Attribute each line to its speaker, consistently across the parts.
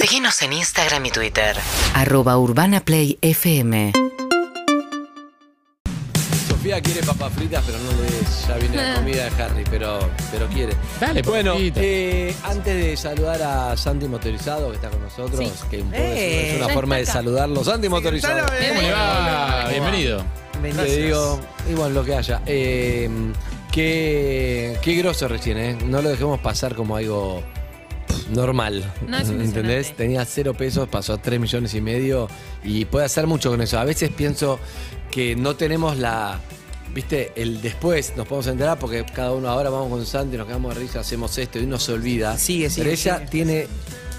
Speaker 1: Seguinos en Instagram y Twitter.
Speaker 2: Arroba Urbana Play FM.
Speaker 3: Sofía quiere papas fritas, pero no le ya viene
Speaker 4: Ah.
Speaker 3: la comida de Harry, pero, pero quiere.
Speaker 5: Dale, pues,
Speaker 3: bueno,
Speaker 5: papita.
Speaker 3: eh, antes de saludar a Santi Motorizado, que está con nosotros, que un poco es-
Speaker 4: Eh,
Speaker 3: es
Speaker 4: ya
Speaker 3: una
Speaker 4: está
Speaker 3: forma de
Speaker 4: acá.
Speaker 3: saludarlo. Santi Motorizado,
Speaker 4: Gonzalo, eh.
Speaker 5: ¿Cómo le va? Bienvenido.
Speaker 3: te digo, igual lo que haya. Eh, qué, qué groso recién, ¿eh? No lo dejemos pasar como algo normal.
Speaker 4: No, es
Speaker 3: ¿Entendés?
Speaker 4: impresionante.
Speaker 3: Tenía cero pesos, pasó a tres millones y medio y puede hacer mucho con eso. A veces pienso que no tenemos la. Viste, el después nos podemos enterar porque cada uno ahora vamos con Santi, nos quedamos de risa, hacemos esto y uno se olvida.
Speaker 6: Sigue, sigue,
Speaker 3: Pero ella
Speaker 6: sigue.
Speaker 3: tiene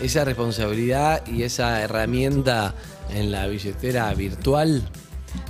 Speaker 3: esa responsabilidad y esa herramienta en la billetera virtual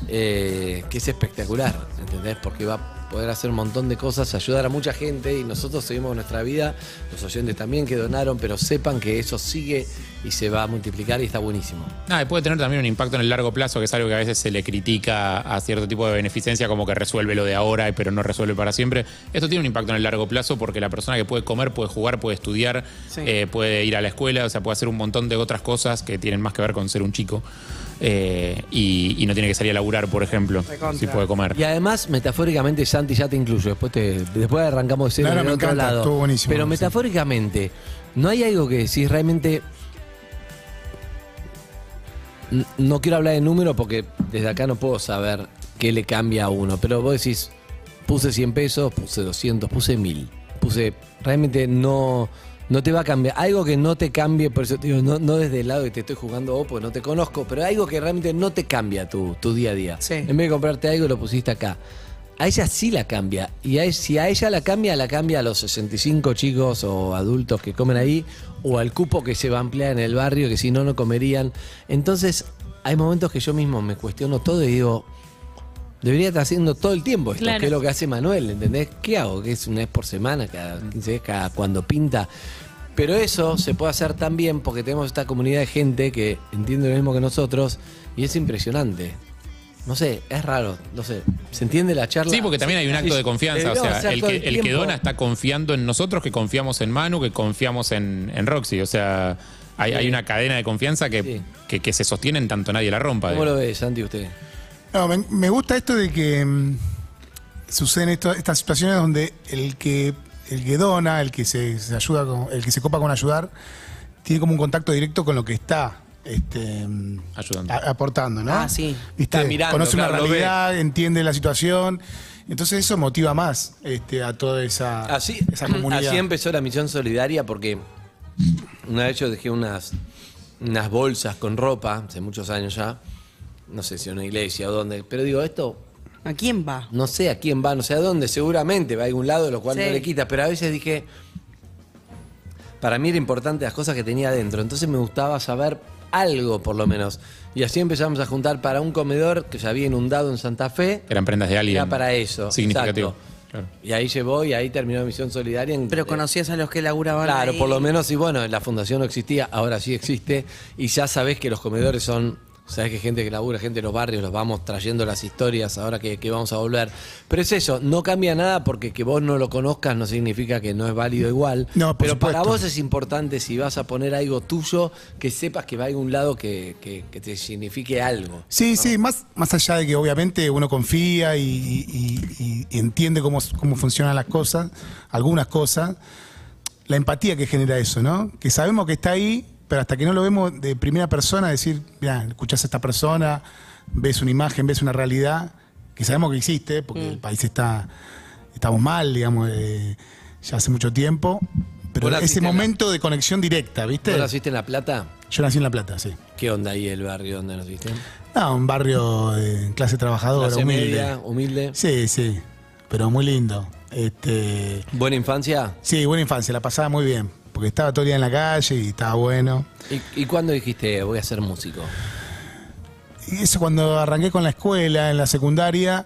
Speaker 3: eh, que es espectacular, ¿entendés? Porque va a poder hacer un montón de cosas, ayudar a mucha gente y nosotros seguimos nuestra vida, los oyentes también que donaron, pero sepan que eso sigue y se va a multiplicar y está buenísimo.
Speaker 5: Nada, y puede tener también un impacto en el largo plazo, que es algo que a veces se le critica a cierto tipo de beneficencia, como que resuelve lo de ahora, pero no resuelve para siempre. Esto tiene un impacto en el largo plazo porque la persona que puede comer, puede jugar, puede estudiar, eh, puede ir a la escuela, o sea, puede hacer un montón de otras cosas que tienen más que ver con ser un chico. eh, y, y no tiene que salir a laburar, por ejemplo,
Speaker 6: Recontra.
Speaker 5: si puede comer.
Speaker 3: Y además, metafóricamente, Santi, ya te incluyo, después, te, después arrancamos de cero
Speaker 7: No, no,
Speaker 3: en el
Speaker 7: me
Speaker 3: otro
Speaker 7: encanta,
Speaker 3: lado.
Speaker 7: estuvo buenísimo,
Speaker 3: pero
Speaker 7: sí.
Speaker 3: metafóricamente, ¿no hay algo que decís realmente... N- No quiero hablar de número porque desde acá no puedo saber qué le cambia a uno, pero vos decís, puse 100 pesos, puse 200, puse 1000, puse, realmente no, no te va a cambiar, algo que no te cambie, por eso te digo, no, no desde el lado que te estoy jugando vos, porque no te conozco, pero algo que realmente no te cambia tu, tu día a día.
Speaker 6: Sí.
Speaker 3: En vez de comprarte algo, lo pusiste acá. A ella sí la cambia. Y a e- si a ella la cambia, la cambia a los 65 chicos o adultos que comen ahí, o al cupo que se va a ampliar en el barrio, que si no, no comerían. Entonces, hay momentos que yo mismo me cuestiono todo y digo, debería estar haciendo todo el tiempo esto,
Speaker 4: Claro.
Speaker 3: que es lo que hace Manuel, ¿entendés? ¿Qué hago? Que es una vez por semana, cada 15 días, cada cuando pinta. Pero eso se puede hacer también porque tenemos esta comunidad de gente que entiende lo mismo que nosotros y es impresionante. No sé, es raro, no sé. ¿Se entiende la charla?
Speaker 5: Sí, porque también hay un acto de confianza. O
Speaker 3: Deberíamos
Speaker 5: sea,
Speaker 3: hacer
Speaker 5: el
Speaker 3: todo
Speaker 5: que,
Speaker 3: el
Speaker 5: el que
Speaker 3: tiempo.
Speaker 5: dona está confiando en nosotros, que confiamos en Manu, que confiamos en, en Roxy. O sea, hay, hay una cadena de confianza que,
Speaker 3: Sí.
Speaker 5: que, que se sostiene en tanto nadie la rompa.
Speaker 3: ¿Cómo lo ve, Santi, usted?
Speaker 7: No, me, me gusta esto de que mm, suceden esto- estas situaciones donde el que, el que dona, el que se, se ayuda, con- el que se copa con ayudar, tiene como un contacto directo con lo que está este, mm,
Speaker 5: Ayudando.
Speaker 7: a- aportando, ¿no?
Speaker 6: Ah, sí.
Speaker 7: ¿Viste?
Speaker 3: Está mirando,
Speaker 7: Conoce una
Speaker 3: claro, lo ve.
Speaker 7: realidad, entiende la situación. Entonces eso motiva más este, a toda esa,
Speaker 3: Así,
Speaker 7: esa comunidad.
Speaker 3: así empezó la misión solidaria porque una vez yo dejé unas, unas bolsas con ropa, hace muchos años ya, no sé si en una iglesia o dónde, pero digo, esto
Speaker 6: ¿A quién va?
Speaker 3: no sé a quién va, no sé a dónde, seguramente va a algún lado, lo cual
Speaker 6: Sí.
Speaker 3: no le quita, pero a veces dije, para mí era importante las cosas que tenía adentro, entonces me gustaba saber algo por lo menos. Y así empezamos a juntar para un comedor que se había inundado en Santa Fe.
Speaker 5: Eran prendas de alguien.
Speaker 3: Era para eso,
Speaker 5: Significativo.
Speaker 3: exacto.
Speaker 5: Claro.
Speaker 3: Y ahí llevó y ahí terminó la misión solidaria. en-
Speaker 6: Pero conocías a los que laburaban
Speaker 3: Eh, Claro,
Speaker 6: ahí.
Speaker 3: por lo menos, y bueno, la fundación no existía, ahora sí existe, y ya sabés que los comedores son, sabés que gente que labura, gente de los barrios, los vamos trayendo las historias ahora que, que vamos a volver. Pero es eso, no cambia nada porque que vos no lo conozcas no significa que no es válido igual.
Speaker 7: No, por
Speaker 3: pero para
Speaker 7: supuesto.
Speaker 3: vos es importante si vas a poner algo tuyo, que sepas que va a algún lado que, que- que te signifique algo.
Speaker 7: Sí, sí, más, más allá de que obviamente uno confía y, y- y- y entiende cómo, cómo funcionan las cosas, algunas cosas, la empatía que genera eso, ¿no? Que sabemos que está ahí, pero hasta que no lo vemos de primera persona, decir, mira, escuchás a esta persona, ves una imagen, ves una realidad, que sabemos que existe, porque el país está, estamos mal, digamos, eh, ya hace mucho tiempo, pero
Speaker 3: Vos naciste
Speaker 7: ese
Speaker 3: en La-
Speaker 7: momento de conexión directa, ¿viste?
Speaker 3: ¿Vos naciste en La Plata?
Speaker 7: Yo nací en La Plata, sí.
Speaker 3: ¿Qué onda ahí el barrio donde naciste?
Speaker 7: Ah, un barrio de clase trabajadora,
Speaker 3: Clase
Speaker 7: humilde.
Speaker 3: media, humilde.
Speaker 7: Sí, sí, pero muy lindo. Este,
Speaker 3: ¿Buena infancia?
Speaker 7: sí, buena infancia, la pasaba muy bien, porque estaba todo el día en la calle y estaba bueno.
Speaker 3: ¿Y, y cuándo dijiste voy a ser músico?
Speaker 7: Y eso cuando arranqué con la escuela, en la secundaria,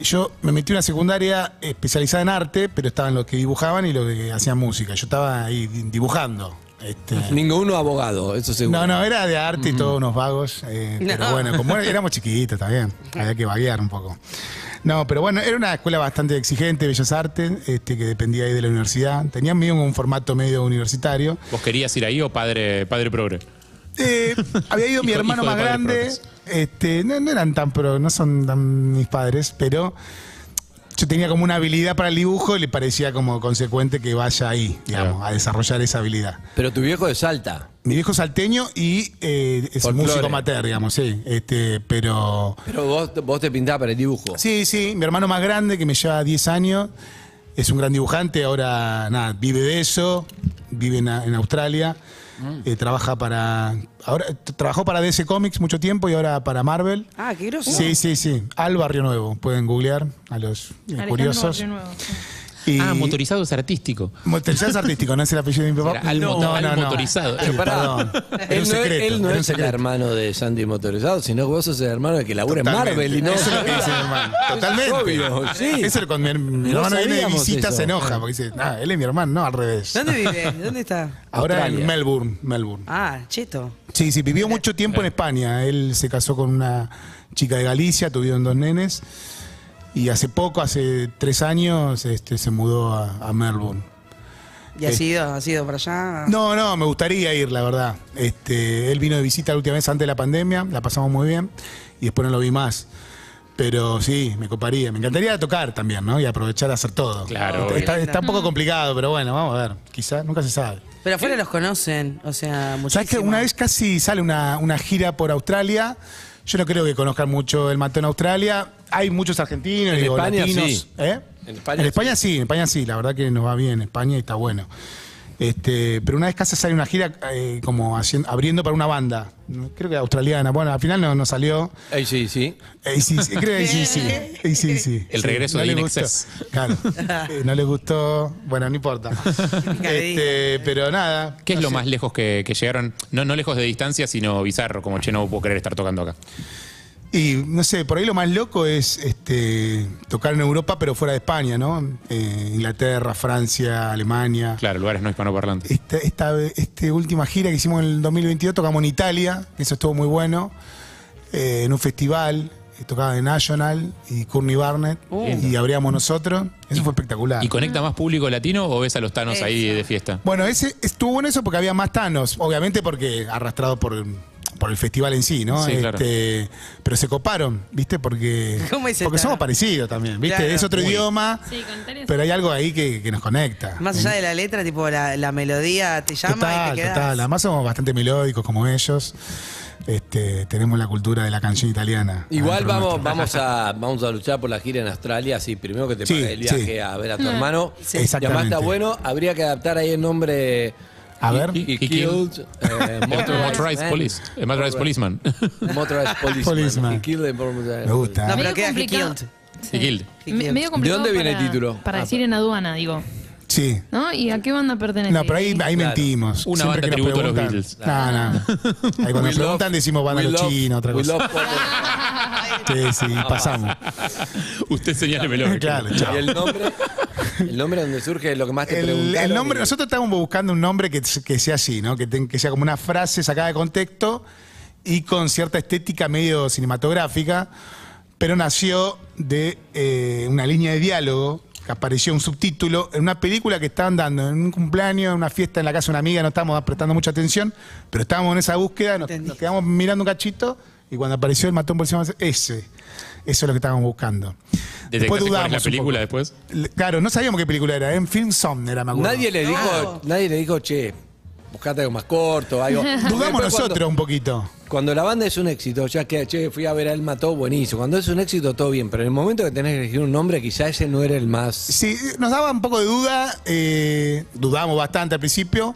Speaker 7: yo me metí en una secundaria especializada en arte, pero estaban los que dibujaban y los que hacían música. Yo estaba ahí dibujando. este.
Speaker 3: Ninguno abogado, eso seguro.
Speaker 7: No, no, era de arte y todos unos vagos. eh, Pero
Speaker 6: No.
Speaker 7: bueno, como era- éramos chiquitos también, había que vaguear un poco. No, pero bueno, era una escuela bastante exigente, Bellas Artes, este, que dependía ahí de la universidad. Tenía medio un formato medio universitario.
Speaker 5: ¿Vos querías ir ahí o padre, padre progre?
Speaker 7: Eh, había ido mi
Speaker 5: Hijo-
Speaker 7: hermano
Speaker 5: hijo de
Speaker 7: más
Speaker 5: padres
Speaker 7: grande.
Speaker 5: progres.
Speaker 7: Este, no, no eran tan pro, no son tan mis padres, pero yo tenía como una habilidad para el dibujo y le parecía como consecuente que vaya ahí, digamos,
Speaker 5: Claro.
Speaker 7: a desarrollar esa habilidad.
Speaker 3: Pero tu viejo de Salta.
Speaker 7: Mi viejo es salteño y eh, es
Speaker 3: Folclore.
Speaker 7: músico amateur, digamos, sí. Este, pero
Speaker 3: Pero vos, vos te pintabas para el dibujo.
Speaker 7: Sí, sí, mi hermano más grande que me lleva 10 años, es un gran dibujante, ahora nada, vive de eso, vive en, en Australia,
Speaker 3: Mm.
Speaker 7: eh, trabaja para ahora t- trabajó para DC Comics mucho tiempo y ahora para Marvel.
Speaker 6: Ah, qué groso.
Speaker 7: Sí, sí, sí, al Barrio Nuevo, pueden googlear a los eh,
Speaker 4: Alejandro
Speaker 7: curiosos.
Speaker 4: Barrio Nuevo, sí.
Speaker 7: Y-
Speaker 5: Ah, motorizado es artístico.
Speaker 7: Motorizado es artístico, no es el apellido de mi papá.
Speaker 5: Era al
Speaker 7: no,
Speaker 5: moto- al motorizado.
Speaker 7: Eh,
Speaker 5: Pero
Speaker 3: Pará.
Speaker 7: perdón. Era
Speaker 3: Él
Speaker 7: un
Speaker 3: no, es-
Speaker 7: secreto,
Speaker 3: él no
Speaker 7: era un
Speaker 3: es el
Speaker 7: secreto.
Speaker 3: hermano de Sandy Motorizado, sino que vos sos el hermano del que labura en
Speaker 7: Totalmente.
Speaker 3: Marvel. Y no,
Speaker 7: Eso es lo que dice mi hermano. Totalmente.
Speaker 3: obvio, sí.
Speaker 7: Eso es lo que mi, mi
Speaker 3: No
Speaker 7: hermano viene de
Speaker 3: sabíamos
Speaker 7: visita,
Speaker 3: eso.
Speaker 7: se enoja, porque dice, ah, él es mi hermano, no, al revés.
Speaker 6: ¿Dónde vive? ¿Dónde está?
Speaker 7: Ahora
Speaker 3: Australia.
Speaker 7: en Melbourne, Melbourne.
Speaker 6: Ah, cheto.
Speaker 7: Sí, sí, vivió mucho tiempo en España. Él se casó con una chica de Galicia, tuvieron dos nenes. Y hace poco, hace tres años, este, se mudó a, a Melbourne.
Speaker 6: ¿Y ha sido, ha sido para allá?
Speaker 7: No, no, me gustaría ir, la verdad. Este, él vino de visita la última vez antes de la pandemia, la pasamos muy bien. Y después no lo vi más. Pero sí, me coparía. Me encantaría tocar también, ¿no? Y aprovechar a hacer todo.
Speaker 5: Claro,
Speaker 7: Está- Está,
Speaker 4: obvio.
Speaker 7: está un poco complicado, pero bueno, vamos a ver. Quizás, nunca se sabe.
Speaker 6: Pero afuera los conocen, o sea, muchísimo.
Speaker 7: ¿Sabes que una vez casi sale una, una gira por Australia? Yo no creo que conozcan mucho el matón Australia. Hay muchos argentinos,
Speaker 3: En
Speaker 7: digo,
Speaker 3: España,
Speaker 7: latinos.
Speaker 3: sí.
Speaker 7: ¿eh?
Speaker 3: En España
Speaker 7: sí. en España sí, la verdad que nos va bien, en España y está bueno. Este, pero una vez casi sale una gira eh, como haciendo- abriendo para una banda, creo que australiana. Bueno, al final no, no salió.
Speaker 3: Ey, sí, sí.
Speaker 7: Eh, sí, sí, creo que sí, sí. Eh, sí, sí.
Speaker 5: El
Speaker 7: Sí,
Speaker 5: regreso de
Speaker 7: le
Speaker 5: In
Speaker 7: gustó.
Speaker 5: Excess.
Speaker 7: Claro, Eh, no le gustó. Bueno, no importa. Este, pero nada.
Speaker 5: ¿Qué es
Speaker 7: no
Speaker 5: lo
Speaker 7: sé.
Speaker 5: más lejos que, que llegaron? No, no lejos de distancia, sino bizarro, como che, no puedo querer estar tocando acá.
Speaker 7: Y no sé, por ahí lo más loco es este, tocar en Europa, pero fuera de España, ¿no? Eh, Inglaterra, Francia, Alemania.
Speaker 5: Claro, lugares no hispanoparlantes.
Speaker 7: Esta, esta, este última gira que hicimos en el 2022 tocamos en Italia, que eso estuvo muy bueno, eh, en un festival, eh, tocaba de National y Courtney Barnett, y abríamos nosotros. Eso fue espectacular.
Speaker 5: Uh. ¿Y conecta más público latino o ves a los tanos ahí de fiesta?
Speaker 7: Bueno, ese estuvo en eso porque había más Thanos, obviamente porque arrastrado por, por el festival en sí, ¿no?
Speaker 5: Sí, claro.
Speaker 7: Este, pero se coparon, ¿viste? Porque,
Speaker 6: ¿Cómo dice
Speaker 7: porque
Speaker 6: Thanos?
Speaker 7: somos parecidos también, ¿viste?
Speaker 6: Claro.
Speaker 7: Es otro
Speaker 6: Muy.
Speaker 7: idioma,
Speaker 4: Sí, con Tere
Speaker 7: pero hay algo ahí que, que nos conecta.
Speaker 6: Más allá de la letra, tipo la, la melodía te llama y
Speaker 7: Total,
Speaker 6: te quedas.
Speaker 7: total. Además somos bastante melódicos como ellos. Este, tenemos la cultura de la canción italiana.
Speaker 3: Igual
Speaker 7: adentro
Speaker 3: vamos,
Speaker 7: nuestro.
Speaker 3: vamos a vamos a luchar por la gira en Australia, así primero que te
Speaker 7: Sí,
Speaker 3: pague el viaje
Speaker 7: sí.
Speaker 3: a ver a tu hermano.
Speaker 7: Sí.
Speaker 3: Y además está
Speaker 7: Exactamente.
Speaker 3: bueno, habría que adaptar ahí el nombre
Speaker 7: A ver.
Speaker 3: y,
Speaker 5: Y-
Speaker 3: Killed eh,
Speaker 5: Motorized Police. eh, Motorized Policeman.
Speaker 3: Motorized Policeman.
Speaker 7: Policeman.
Speaker 3: Y Killed en Motorized
Speaker 7: Me gusta. ¿eh?
Speaker 6: No, pero
Speaker 4: Medio
Speaker 6: queda he
Speaker 4: complicado.
Speaker 6: killed.
Speaker 5: Y Guild.
Speaker 6: He
Speaker 4: Me-
Speaker 6: killed.
Speaker 4: medio complicado
Speaker 3: dónde viene
Speaker 4: para-
Speaker 3: el título?
Speaker 4: Para
Speaker 3: Ah,
Speaker 4: decir en aduana, digo.
Speaker 7: Sí.
Speaker 4: ¿No? ¿Y a qué banda pertenece?
Speaker 7: No, pero ahí, ahí mentimos.
Speaker 5: Una banda
Speaker 7: que nos
Speaker 5: tributo a los
Speaker 7: preguntan-
Speaker 5: Beatles.
Speaker 7: No, no. Ahí cuando nos preguntan decimos banda
Speaker 3: We
Speaker 7: de los
Speaker 3: love-
Speaker 7: chinos, otra
Speaker 3: we
Speaker 7: cosa.
Speaker 3: love Motor-
Speaker 7: Sí, sí, pasamos.
Speaker 5: Usted señálemelo.
Speaker 7: Claro, chao.
Speaker 3: Y el nombre, el nombre donde surge es lo que más te
Speaker 7: El,
Speaker 3: preguntaron.
Speaker 7: el nombre,
Speaker 3: y-
Speaker 7: nosotros estábamos buscando un nombre que, que sea así, ¿no? Que, ten- que sea como una frase sacada de contexto y con cierta estética medio cinematográfica, pero nació de eh, una línea de diálogo que apareció un subtítulo en una película que estaban dando en un cumpleaños, en una fiesta en la casa de una amiga, no estábamos prestando mucha atención, pero estábamos en esa búsqueda, nos,
Speaker 6: Entendí.
Speaker 7: nos quedamos mirando un cachito y cuando apareció el matón por encima, ese, eso es lo que estábamos buscando.
Speaker 5: Después la
Speaker 7: un poco.
Speaker 5: película después?
Speaker 7: Le- Claro, no sabíamos qué película era, en Film Som era, me acuerdo.
Speaker 3: Nadie le dijo, nadie le dijo, che, buscate algo más corto, algo. Porque
Speaker 7: Dudamos
Speaker 3: después
Speaker 7: nosotros
Speaker 3: Cuando,
Speaker 7: un poquito.
Speaker 3: cuando la banda es un éxito, ya que, che, fui a ver a Alma, todo buenísimo. Cuando es un éxito, todo bien. Pero en el momento que tenés que elegir un nombre, quizá ese no era el más.
Speaker 7: Sí, nos daba un poco de duda, eh, dudamos bastante al principio,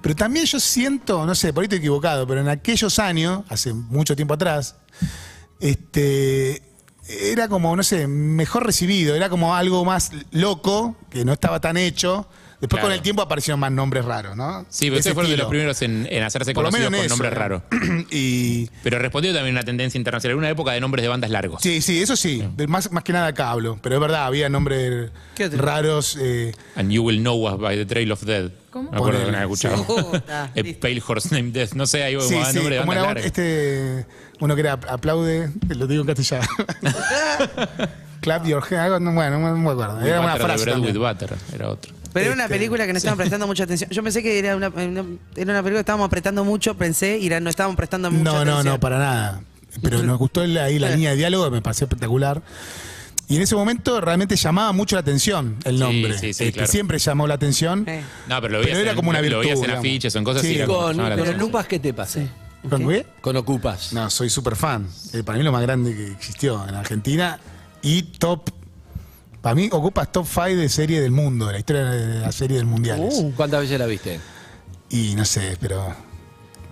Speaker 7: pero también yo siento, no sé, por ahí estoy equivocado, pero en aquellos años, hace mucho tiempo atrás, este era como, no sé, mejor recibido, era como algo más loco, que no estaba tan hecho, Después con
Speaker 5: Claro.
Speaker 7: el tiempo aparecieron más nombres raros, ¿no?
Speaker 5: Sí, pero
Speaker 7: Ese
Speaker 5: ustedes fueron de
Speaker 7: estilo.
Speaker 5: los primeros en, en hacerse
Speaker 7: Por lo
Speaker 5: conocidos
Speaker 7: menos
Speaker 5: con
Speaker 7: en eso.
Speaker 5: nombres raros.
Speaker 7: Y
Speaker 5: Pero respondió también a una tendencia internacional, una época de nombres de bandas largos.
Speaker 7: sí, sí, eso sí. De- Más, más que nada acá hablo. Pero es verdad, había nombres
Speaker 6: ¿Qué otro?
Speaker 7: raros. eh,
Speaker 5: And You Will Know Us by the Trail of Dead.
Speaker 4: ¿Cómo?
Speaker 5: No me acuerdo de
Speaker 7: Ponele,
Speaker 5: nada escuchado.
Speaker 6: Puta,
Speaker 5: Eh, Pale Horse Named Death. No sé, hay
Speaker 7: sí,
Speaker 5: nombres
Speaker 7: sí,
Speaker 5: de bandas
Speaker 7: como era
Speaker 5: largas.
Speaker 7: este, uno que era aplaude, lo digo en castellano. Clap your hands, algo, no, bueno, no me acuerdo.
Speaker 5: With
Speaker 7: Era una
Speaker 5: Butter,
Speaker 7: frase.
Speaker 5: The Bread
Speaker 7: también.
Speaker 5: with Butter, era otro.
Speaker 6: Pero era una película que no estaban prestando mucha atención. Yo pensé que era una, una- era una película que estábamos apretando mucho, pensé, y era- no estábamos prestando mucha
Speaker 7: No,
Speaker 6: atención.
Speaker 7: no, no, para nada. Pero nos gustó el- ahí la línea de diálogo, me pareció espectacular. Y en ese momento realmente llamaba mucho la atención el
Speaker 5: Sí,
Speaker 7: nombre.
Speaker 5: sí, sí,
Speaker 7: Este,
Speaker 5: claro.
Speaker 7: Siempre llamó la atención.
Speaker 6: Eh.
Speaker 5: No, pero lo
Speaker 7: Pero
Speaker 5: veías,
Speaker 7: era
Speaker 5: en,
Speaker 7: como una
Speaker 5: lo veías
Speaker 7: virtud,
Speaker 5: en afiches o en
Speaker 7: digamos.
Speaker 5: cosas
Speaker 7: Sí,
Speaker 5: y era como,
Speaker 3: Con,
Speaker 5: llamaba la
Speaker 3: con
Speaker 5: atención.
Speaker 3: Ocupas, ¿qué te pasé?
Speaker 7: ¿Con qué?
Speaker 3: Con Ocupas.
Speaker 7: ¿Eh? No, soy súper fan. Eh, para mí lo más grande que existió en Argentina. Y top. Para mí ocupas top 5 de serie del mundo, de la historia de la serie del mundial.
Speaker 3: Uh, ¿Cuántas veces la viste?
Speaker 7: Y no sé, pero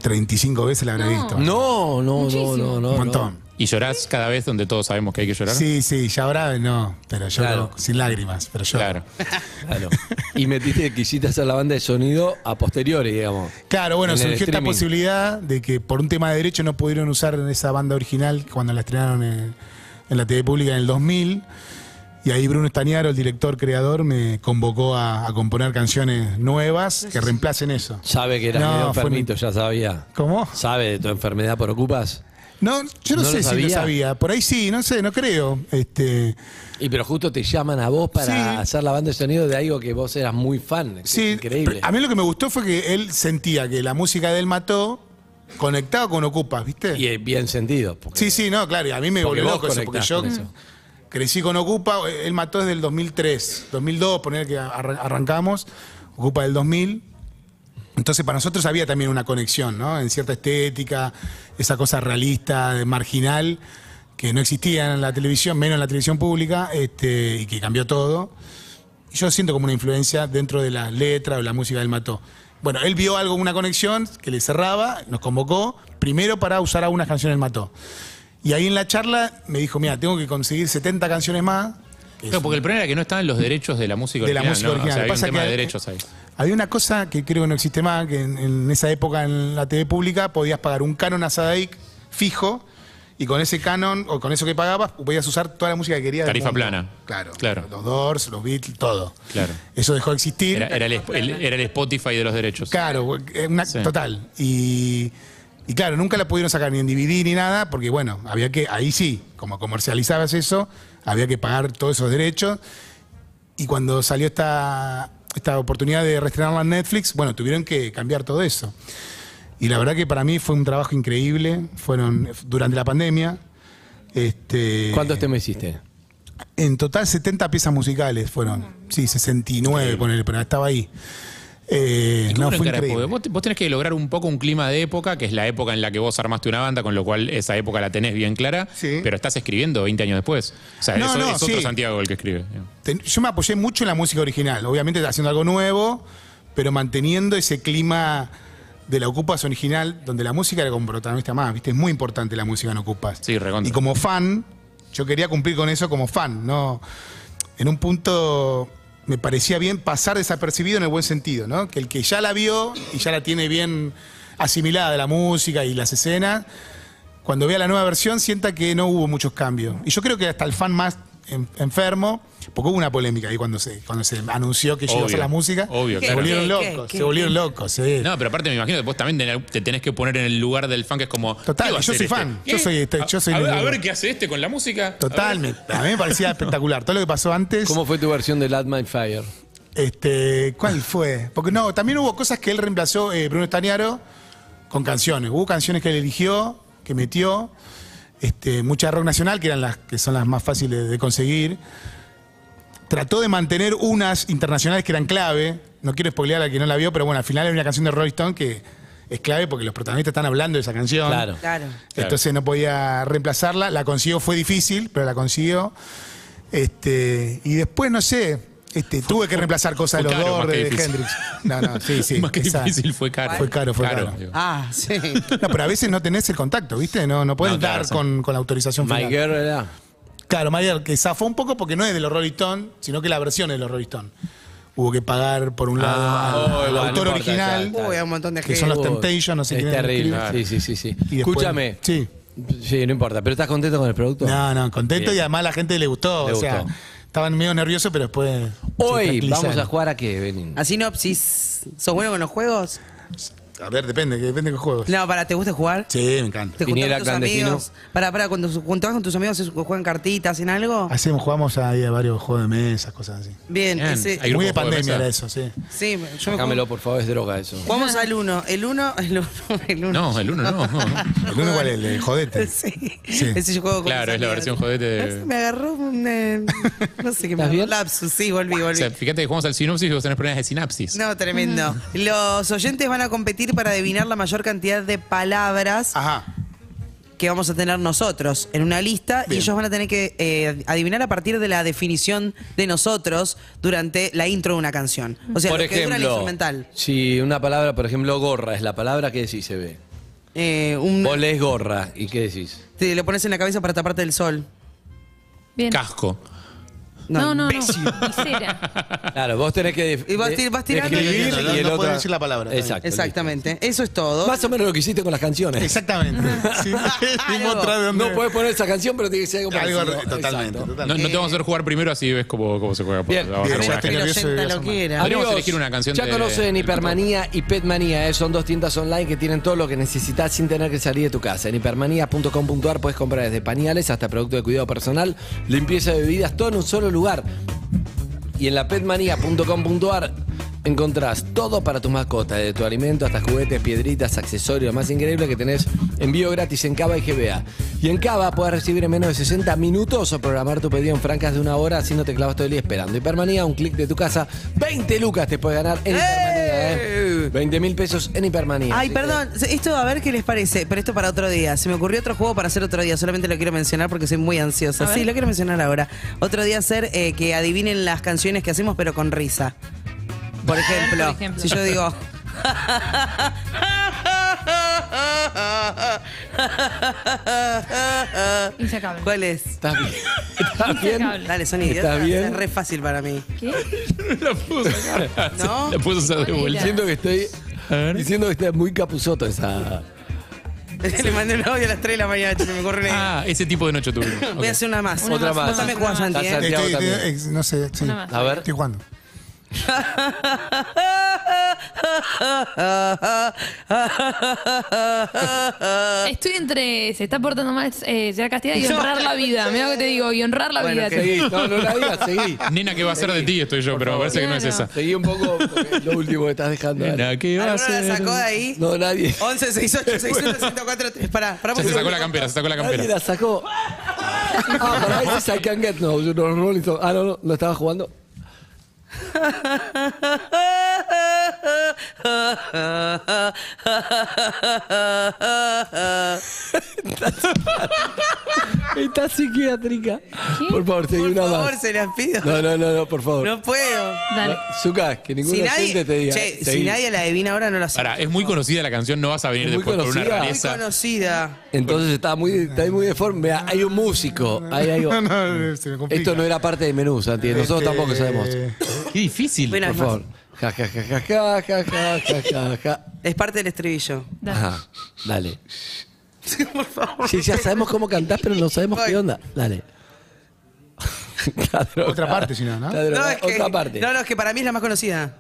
Speaker 7: 35 veces la habré
Speaker 4: No.
Speaker 3: No,
Speaker 7: visto.
Speaker 3: no, no,
Speaker 4: Muchísimo.
Speaker 3: no, no.
Speaker 7: Un montón.
Speaker 5: Y llorás cada vez donde todos sabemos que hay que llorar.
Speaker 7: Sí, sí, ya ahora no, pero yo
Speaker 3: Claro.
Speaker 7: sin lágrimas, pero yo.
Speaker 5: Claro.
Speaker 3: Claro. Y metiste, quisiste hacer la banda de sonido a posteriori, digamos.
Speaker 7: Claro, bueno,
Speaker 3: En el
Speaker 7: surgió esta
Speaker 3: streaming.
Speaker 7: posibilidad de que por un tema de derecho no pudieron usar esa banda original cuando la estrenaron en, en la TV pública en el 2000. Y ahí Bruno Estañaro, el director creador, me convocó a, a componer canciones nuevas que reemplacen eso.
Speaker 3: Sabe que eras
Speaker 7: No,
Speaker 3: medio
Speaker 7: fue mi-
Speaker 3: enfermito, ya sabía.
Speaker 7: ¿Cómo?
Speaker 3: ¿Sabe de tu enfermedad por Ocupas?
Speaker 7: No, yo no,
Speaker 3: ¿No lo
Speaker 7: sé si lo
Speaker 3: sabía?
Speaker 7: sabía. Por ahí sí, no sé, no creo. Este,
Speaker 3: Y pero justo te llaman a vos para
Speaker 7: Sí.
Speaker 3: hacer la banda de sonido de algo que vos eras muy fan. que
Speaker 7: sí,
Speaker 3: es increíble.
Speaker 7: A mí lo que me gustó fue que él sentía que la música de él mató conectaba con Ocupas, ¿viste?
Speaker 3: Y eh, bien sentido. porque-
Speaker 7: Sí, sí, no, claro, y a mí me
Speaker 3: Porque
Speaker 7: volvió
Speaker 3: vos
Speaker 7: loco eso, porque
Speaker 3: conectás
Speaker 7: yo
Speaker 3: con eso.
Speaker 7: crecí con Ocupa, él mató desde el 2003, 2002, poner que arran- arrancamos, Ocupa del 2000. Entonces para nosotros había también una conexión, ¿no? En cierta estética, esa cosa realista, de marginal, que no existía en la televisión, menos en la televisión pública, este, y que cambió todo. Y yo siento como una influencia dentro de las letras o la música del Mató. Bueno, él vio algo, una conexión que le cerraba, nos convocó, primero para usar algunas canciones del Mató. Y ahí en la charla me dijo, mira, tengo que conseguir 70 canciones más. que
Speaker 5: Claro,
Speaker 7: es-
Speaker 5: porque el problema era que no estaban los derechos de la música
Speaker 7: De la
Speaker 5: original.
Speaker 7: música
Speaker 5: ¿no? O
Speaker 7: original.
Speaker 5: sea, había un
Speaker 7: Pasa
Speaker 5: tema
Speaker 7: que-
Speaker 5: de derechos ahí.
Speaker 7: Había una cosa que creo que no existe más, que en, en esa época en la TV pública podías pagar un canon a Sadaic fijo y con ese canon o con eso que pagabas podías usar toda la música que querías. del
Speaker 5: Tarifa
Speaker 7: mundo.
Speaker 5: plana.
Speaker 7: Claro,
Speaker 5: Claro.
Speaker 7: Los Doors, los Beatles, todo.
Speaker 5: Claro.
Speaker 7: Eso dejó de existir.
Speaker 5: Era, era el, sp- el- era el Spotify de los derechos.
Speaker 7: Claro, eh, una-
Speaker 5: Pues, Sí.
Speaker 7: total. Y, y claro, nunca la pudieron sacar ni en DVD ni nada, porque bueno, había que, ahí sí, como comercializabas eso, había que pagar todos esos derechos. Y cuando salió esta, esta oportunidad de reestrenarla en Netflix, bueno, tuvieron que cambiar todo eso. Y la verdad que para mí fue un trabajo increíble. Fueron durante la pandemia. Este,
Speaker 3: ¿Cuántos temas hiciste?
Speaker 7: en total 70 piezas musicales fueron. Sí, 69, ponele, pero estaba ahí. Eh,
Speaker 5: ¿Y cómo
Speaker 7: no,
Speaker 5: lo
Speaker 7: fue
Speaker 5: encarás? Porque
Speaker 7: increíble.
Speaker 5: Vos, te- vos tenés que lograr un poco un clima de época, que es la época en la que vos armaste una banda, con lo cual esa época la tenés bien clara,
Speaker 7: Sí.
Speaker 5: pero estás escribiendo 20 años después. O sea,
Speaker 7: No,
Speaker 5: eso
Speaker 7: no,
Speaker 5: es otro
Speaker 7: sí.
Speaker 5: Santiago el que escribe.
Speaker 7: Ten- yo me apoyé mucho en la música original, obviamente haciendo algo nuevo, pero manteniendo ese clima de la Ocupas original, donde la música era como protagonista más, ¿viste? Es muy importante la música en Ocupas.
Speaker 5: Sí, recontra.
Speaker 7: Y como fan, yo quería cumplir con eso como fan, ¿no? En un punto me parecía bien pasar desapercibido en el buen sentido, ¿no? Que el que ya la vio y ya la tiene bien asimilada de la música y las escenas, cuando vea la nueva versión sienta que no hubo muchos cambios. Y yo creo que hasta el fan más en- enfermo, porque hubo una polémica ahí cuando se, cuando se anunció que yo iba a hacer
Speaker 5: Obvio,
Speaker 7: la música,
Speaker 5: obvio,
Speaker 7: se
Speaker 5: claro.
Speaker 7: volvieron
Speaker 6: ¿Qué,
Speaker 7: locos,
Speaker 6: qué,
Speaker 7: se
Speaker 6: qué?
Speaker 7: volvieron locos. sí.
Speaker 5: No, pero aparte me imagino que vos también tenés- te tenés que poner en el lugar del fan, que es como.
Speaker 7: Total,
Speaker 5: ¿qué va a
Speaker 7: yo
Speaker 5: hacer
Speaker 7: soy
Speaker 5: este?
Speaker 7: fan,
Speaker 5: ¿Qué?
Speaker 7: yo soy este, yo
Speaker 5: A-
Speaker 7: soy
Speaker 5: a, ver,
Speaker 7: el-
Speaker 5: a ver qué hace este con la música.
Speaker 7: Total, me- a mí me parecía espectacular. Todo lo que pasó antes,
Speaker 3: ¿Cómo fue tu versión de Light My Fire?
Speaker 7: este, ¿cuál fue? Porque no, también hubo cosas que él reemplazó, eh, Bruno Estaniaro, con canciones. Hubo canciones que él eligió, que metió, este, mucha rock nacional, que eran las que son las más fáciles de conseguir. Trató de mantener unas internacionales que eran clave. No quiero spoilear a quien no la vio, pero bueno, al final hay una canción de Rolling Stone que es clave porque los protagonistas están hablando de esa canción.
Speaker 3: Claro.
Speaker 6: Claro.
Speaker 5: Claro.
Speaker 7: Entonces no podía reemplazarla. La consiguió, fue difícil, pero la consiguió. Este, y después, no sé, este, tuve que reemplazar cosas de
Speaker 5: fue
Speaker 7: los
Speaker 5: caro,
Speaker 7: Doors,
Speaker 5: más que
Speaker 7: de
Speaker 5: difícil.
Speaker 7: Hendrix. No, no, sí, sí.
Speaker 5: Más que
Speaker 7: esa-
Speaker 5: difícil, fue caro.
Speaker 7: Fue caro, fue caro.
Speaker 5: digo.
Speaker 6: Ah, sí.
Speaker 7: No, pero a veces no tenés el contacto, ¿viste? No, no podés
Speaker 5: No, tenés
Speaker 7: dar
Speaker 5: razón.
Speaker 7: con, con la autorización
Speaker 3: My
Speaker 7: final.
Speaker 3: Girl era.
Speaker 7: Claro, Mayer, que zafó un poco porque no es de los Rolling Stones, sino que la versión es de los Rolling Stones. hubo que pagar por un lado
Speaker 3: Ah,
Speaker 7: al,
Speaker 3: oh,
Speaker 7: al
Speaker 3: bueno,
Speaker 7: autor
Speaker 3: no importa,
Speaker 7: original.
Speaker 3: ya, ya.
Speaker 6: Uy, hay un montón de
Speaker 7: Que
Speaker 6: gente.
Speaker 7: son los
Speaker 3: Uy,
Speaker 7: Temptations, no sé
Speaker 3: Es
Speaker 7: quién eran
Speaker 3: terrible.
Speaker 7: los
Speaker 3: Sí, sí, sí, sí.
Speaker 7: Y después-
Speaker 3: Escúchame.
Speaker 7: Sí.
Speaker 3: Sí, no importa. ¿Pero estás contento con el producto?
Speaker 7: No, no, contento
Speaker 3: Bien.
Speaker 7: y además la gente le gustó.
Speaker 3: Le
Speaker 7: o sea,
Speaker 3: gustó.
Speaker 7: estaban medio nerviosos, pero después. se
Speaker 3: Hoy
Speaker 7: tranquilizaron.
Speaker 3: vamos a jugar a qué, Benin.
Speaker 6: A sinopsis. ¿Sos bueno con los juegos?
Speaker 7: A ver, depende, que depende de qué juegos.
Speaker 6: No, para, ¿te gusta jugar?
Speaker 7: Sí, me encanta.
Speaker 6: ¿Te juntas
Speaker 3: Viniera
Speaker 6: con tus
Speaker 3: clandestino.
Speaker 6: amigos? Para, para, cuando su- juntás con tus amigos, ¿se- ¿juegan cartitas, hacen algo?
Speaker 7: Hacemos, jugamos ahí a varios juegos de mesa, cosas así.
Speaker 6: Bien,
Speaker 5: Bien,
Speaker 6: ese-
Speaker 5: Hay grupo
Speaker 7: Muy
Speaker 5: de juegos de
Speaker 7: de pandemia
Speaker 5: mesa.
Speaker 7: era eso, sí.
Speaker 6: sí, yo me
Speaker 3: Sácamelo, por favor, es droga eso.
Speaker 6: Jugamos al uno. El uno, el uno, el uno.
Speaker 5: No, el uno no.
Speaker 7: El uno igual, el, el jodete.
Speaker 6: Sí.
Speaker 7: Sí.
Speaker 6: Ese yo juego con
Speaker 5: Claro,
Speaker 6: mis
Speaker 5: es la
Speaker 6: amigos.
Speaker 5: versión jodete de-
Speaker 6: Me agarró un. eh, no sé qué me
Speaker 3: ¿Estás
Speaker 6: agarró.
Speaker 3: bien?
Speaker 6: Lapsus, sí, volví,
Speaker 5: O
Speaker 6: volví.
Speaker 5: sea, fíjate que jugamos al sinopsis y vos tenés problemas de sinapsis.
Speaker 6: No, tremendo.
Speaker 3: Mm.
Speaker 6: Los oyentes van a competir para adivinar la mayor cantidad de palabras
Speaker 7: Ajá.
Speaker 6: que vamos a tener nosotros en una lista y
Speaker 7: Bien.
Speaker 6: ellos van a tener que eh, adivinar a partir de la definición de nosotros durante la intro de una canción. O sea,
Speaker 3: por
Speaker 6: lo que dura el
Speaker 3: ejemplo,
Speaker 6: instrumental.
Speaker 3: si una palabra, por ejemplo, gorra, es la palabra que decís, se ve.
Speaker 6: Eh, un-
Speaker 3: Vos lees gorra y qué decís.
Speaker 6: te lo pones en la cabeza para taparte del sol.
Speaker 4: Bien.
Speaker 5: Casco.
Speaker 4: No, no, no.
Speaker 6: imbécil.
Speaker 4: Visera.
Speaker 3: Claro, vos tenés que. def-
Speaker 6: Y vas
Speaker 3: de-
Speaker 6: tir- vas tirando
Speaker 3: describir
Speaker 6: y-
Speaker 3: y
Speaker 7: No, no
Speaker 3: el
Speaker 7: podés
Speaker 3: otro-
Speaker 7: decir la palabra.
Speaker 3: Exacto.
Speaker 6: Exactamente. Eso es todo.
Speaker 3: listo. Más o menos lo que hiciste con las canciones.
Speaker 7: Exactamente. Sí, dimos otra de dónde-
Speaker 3: No puedes poner esa canción, pero tiene que ser algo
Speaker 7: Algo
Speaker 3: parecido.
Speaker 7: totalmente,
Speaker 3: Exacto.
Speaker 5: No, no
Speaker 7: totalmente.
Speaker 5: te vamos a hacer jugar primero, así ves cómo, cómo se juega. por-
Speaker 3: Bien.
Speaker 5: vamos a hacer
Speaker 7: Bien,
Speaker 5: una
Speaker 7: ya estoy
Speaker 5: gente.
Speaker 7: nervioso. y
Speaker 6: Oyenta
Speaker 7: voy a
Speaker 6: lo que era.
Speaker 5: Podríamos
Speaker 3: Amigos,
Speaker 5: elegir una canción
Speaker 3: Ya
Speaker 5: de-
Speaker 3: conocen
Speaker 5: del
Speaker 3: Hipermanía y Petmanía, eh, son dos tiendas online que tienen todo lo que necesitas sin tener que salir de tu casa. En hipermanía.com.ar puedes comprar desde pañales hasta productos de cuidado personal, limpieza de bebidas, todo en un solo lugar. Y en la petmanía.com.ar encontrás todo para tus mascotas, desde tu alimento hasta juguetes, piedritas, accesorios. Lo más increíble que tenés envío gratis en Cava y GBA. Y en Cava puedes recibir en menos de 60 minutos o programar tu pedido en francas de una hora, así no te clavas todo el día esperando. Hipermanía, un clic de tu casa, 20 lucas te puedes ganar en Hipermanía, ¿eh? 20 mil pesos en Hipermanía.
Speaker 6: Ay,
Speaker 3: Así que-
Speaker 6: perdón, esto a ver qué les parece, pero esto para otro día. Se me ocurrió otro juego para hacer otro día, solamente lo quiero mencionar porque soy muy ansiosa.
Speaker 4: A
Speaker 6: Sí,
Speaker 4: ver.
Speaker 6: lo quiero mencionar ahora. Otro día hacer eh, que adivinen las canciones que hacemos, pero con risa. Por ejemplo,
Speaker 4: por ejemplo.
Speaker 6: si yo digo.
Speaker 4: Insacable.
Speaker 6: ¿Cuál es?
Speaker 3: ¿Estás bien? ¿Estás bien?
Speaker 6: Dale, son
Speaker 3: ¿Estás
Speaker 6: idiotas.
Speaker 3: bien?
Speaker 6: Es re fácil para mí.
Speaker 4: ¿Qué?
Speaker 5: La puse.
Speaker 6: ¿No?
Speaker 5: La puse a hacer de vuelta.
Speaker 3: Diciendo que estoy... Diciendo que está muy capuzoto esa...
Speaker 6: Le mandé un audio a las 3 de la mañana, se me ocurre una idea.
Speaker 5: Ah, ese tipo de noche tuvimos. Ok.
Speaker 6: Voy a hacer una más.
Speaker 4: Una
Speaker 3: Otra más.
Speaker 6: Vos también jugás,
Speaker 4: Una más.
Speaker 6: Santi, ¿eh?
Speaker 3: Santiago
Speaker 7: Estoy- estoy-
Speaker 3: también.
Speaker 7: ex- no sé, sí.
Speaker 4: Una más.
Speaker 3: A ver.
Speaker 7: Estoy jugando.
Speaker 4: Estoy entre. Se está portando mal eh, Gerard Castilla y honrar la vida. Mira lo que te digo, y honrar la
Speaker 6: Bueno,
Speaker 4: vida.
Speaker 6: que-
Speaker 3: Seguí, no, no la digas, seguí.
Speaker 5: Nena, ¿qué va a hacer de ti? Estoy yo, pero me parece que no es
Speaker 4: Claro.
Speaker 5: esa.
Speaker 3: Seguí un poco porque lo último que estás dejando. dale.
Speaker 5: Nena, ¿qué va a
Speaker 6: ¿Alguno la
Speaker 5: hacer?
Speaker 6: sacó de ahí?
Speaker 3: No, nadie.
Speaker 6: 11, 68, 61, 104, 3. Pará, pará.
Speaker 5: Ya se
Speaker 6: porque-
Speaker 5: sacó la campera, se sacó la
Speaker 3: Nadie
Speaker 5: campera.
Speaker 3: la sacó. Ah, para eso es I can get no. yo no, Rolling Stone. Ah, no, no, no estaba jugando. Está psiquiátrica. Por favor, seguí
Speaker 6: Por
Speaker 3: una
Speaker 6: favor,
Speaker 3: más.
Speaker 6: se las pido.
Speaker 3: No, no, no, no, por favor.
Speaker 6: No puedo.
Speaker 4: Dale.
Speaker 3: Zucca, que ningún
Speaker 6: Si
Speaker 3: gente
Speaker 6: nadie,
Speaker 3: te diga.
Speaker 6: che, si
Speaker 3: Seguí.
Speaker 6: nadie la adivina ahora, no la sé.
Speaker 5: Pará, es muy conocida la canción, no vas a venir
Speaker 3: Es muy
Speaker 5: después por una
Speaker 3: conocida.
Speaker 6: Muy
Speaker 5: rareza.
Speaker 6: conocida.
Speaker 3: Entonces está muy, está muy deforme. Vea, Hay un músico. Hay algo.
Speaker 7: No, no, se me complica.
Speaker 3: Esto no era parte del menú, Santi. Nosotros
Speaker 7: Este,
Speaker 3: tampoco sabemos.
Speaker 5: Qué difícil.
Speaker 6: Bueno,
Speaker 3: Por
Speaker 6: es más.
Speaker 3: favor. Ja, ja, ja, ja, ja, ja, ja, ja, ja, ja.
Speaker 6: Es parte del estribillo.
Speaker 4: Dale.
Speaker 3: Ajá, dale.
Speaker 6: Por favor.
Speaker 3: Sí, ya sabemos cómo cantás, pero no sabemos qué onda. Dale. Está drogada.
Speaker 7: Otra parte, si no, ¿no?
Speaker 3: Está drogada. Otra parte.
Speaker 6: No, no, es que para mí es la más conocida.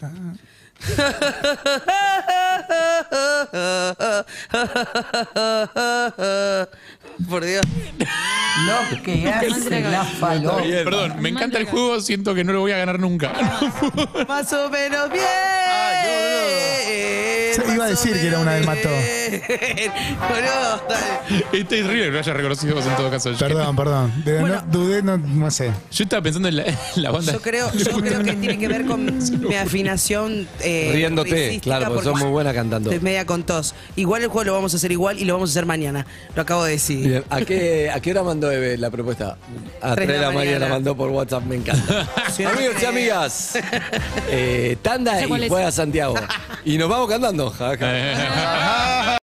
Speaker 6: Por Dios.
Speaker 8: Lo que hace la falopa.
Speaker 5: Perdón, me encanta el juego, siento que no lo voy a ganar nunca.
Speaker 6: Más o menos bien. Ah,
Speaker 7: Se iba a
Speaker 6: Más o
Speaker 7: decir que era
Speaker 6: menos
Speaker 7: una del mató.
Speaker 6: bien. Boludo, dale.
Speaker 5: es terrible que lo haya reconocido vos en todo caso. Yo-
Speaker 7: Perdón, perdón. De-
Speaker 6: Bueno.
Speaker 7: no, dudé, no, no sé.
Speaker 5: Yo estaba pensando en la, en la banda.
Speaker 6: Yo creo, yo creo que tiene que ver con mi afinación. eh,
Speaker 3: Riéndote,
Speaker 6: risística,
Speaker 3: claro, porque sos muy buena cantando.
Speaker 6: Estoy media con tos. Igual el juego lo vamos a hacer igual y lo vamos a hacer mañana. Lo acabo de decir.
Speaker 3: Bien, ¿A qué, ¿A qué hora mandó Eve la propuesta? A 3 de la mañana la mandó por WhatsApp, me encanta.
Speaker 6: Sí,
Speaker 3: Amigos y
Speaker 6: eh.
Speaker 3: amigas, eh, tanda
Speaker 4: Sé
Speaker 3: y
Speaker 4: cuál es.
Speaker 3: juega Santiago. Y nos vamos cantando. Ja, ja.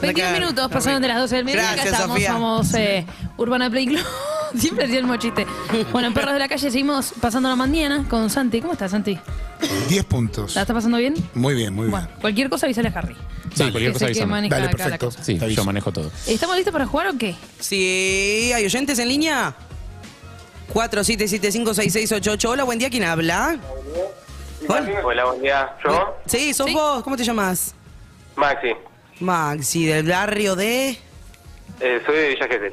Speaker 4: 21
Speaker 7: Eh.
Speaker 6: Acá.
Speaker 4: minutos pasando de las 12 del mediodía. Acá
Speaker 6: Gracias,
Speaker 4: estamos,
Speaker 6: Sofía.
Speaker 4: somos eh, Urbana Play Club. Siempre hacía el mochiste. Bueno, en Perros de la Calle seguimos pasando la mañana con Santi. ¿Cómo estás, Santi?
Speaker 7: 10 puntos.
Speaker 4: ¿La estás pasando bien?
Speaker 7: Muy bien, muy bien.
Speaker 4: Bueno, cualquier cosa avísale a Harry.
Speaker 5: Mm. Sí, cualquier
Speaker 4: que
Speaker 5: cosa
Speaker 4: es el que
Speaker 5: avísame.
Speaker 4: maneja
Speaker 7: Dale,
Speaker 4: acá la
Speaker 7: perfecto.
Speaker 4: cosa.
Speaker 5: Sí,
Speaker 7: Te aviso.
Speaker 5: yo manejo todo.
Speaker 4: ¿Estamos listos para jugar o qué?
Speaker 6: Sí, ¿hay oyentes en línea? 47756688. Hola, buen día, ¿quién habla? Hola.
Speaker 9: Hola, buen día. ¿Yo?
Speaker 6: Sí, sos
Speaker 4: Sí.
Speaker 6: vos, ¿cómo te llamas?
Speaker 9: Maxi.
Speaker 6: Maxi, del barrio de.
Speaker 9: Eh, soy de Villa Gesell.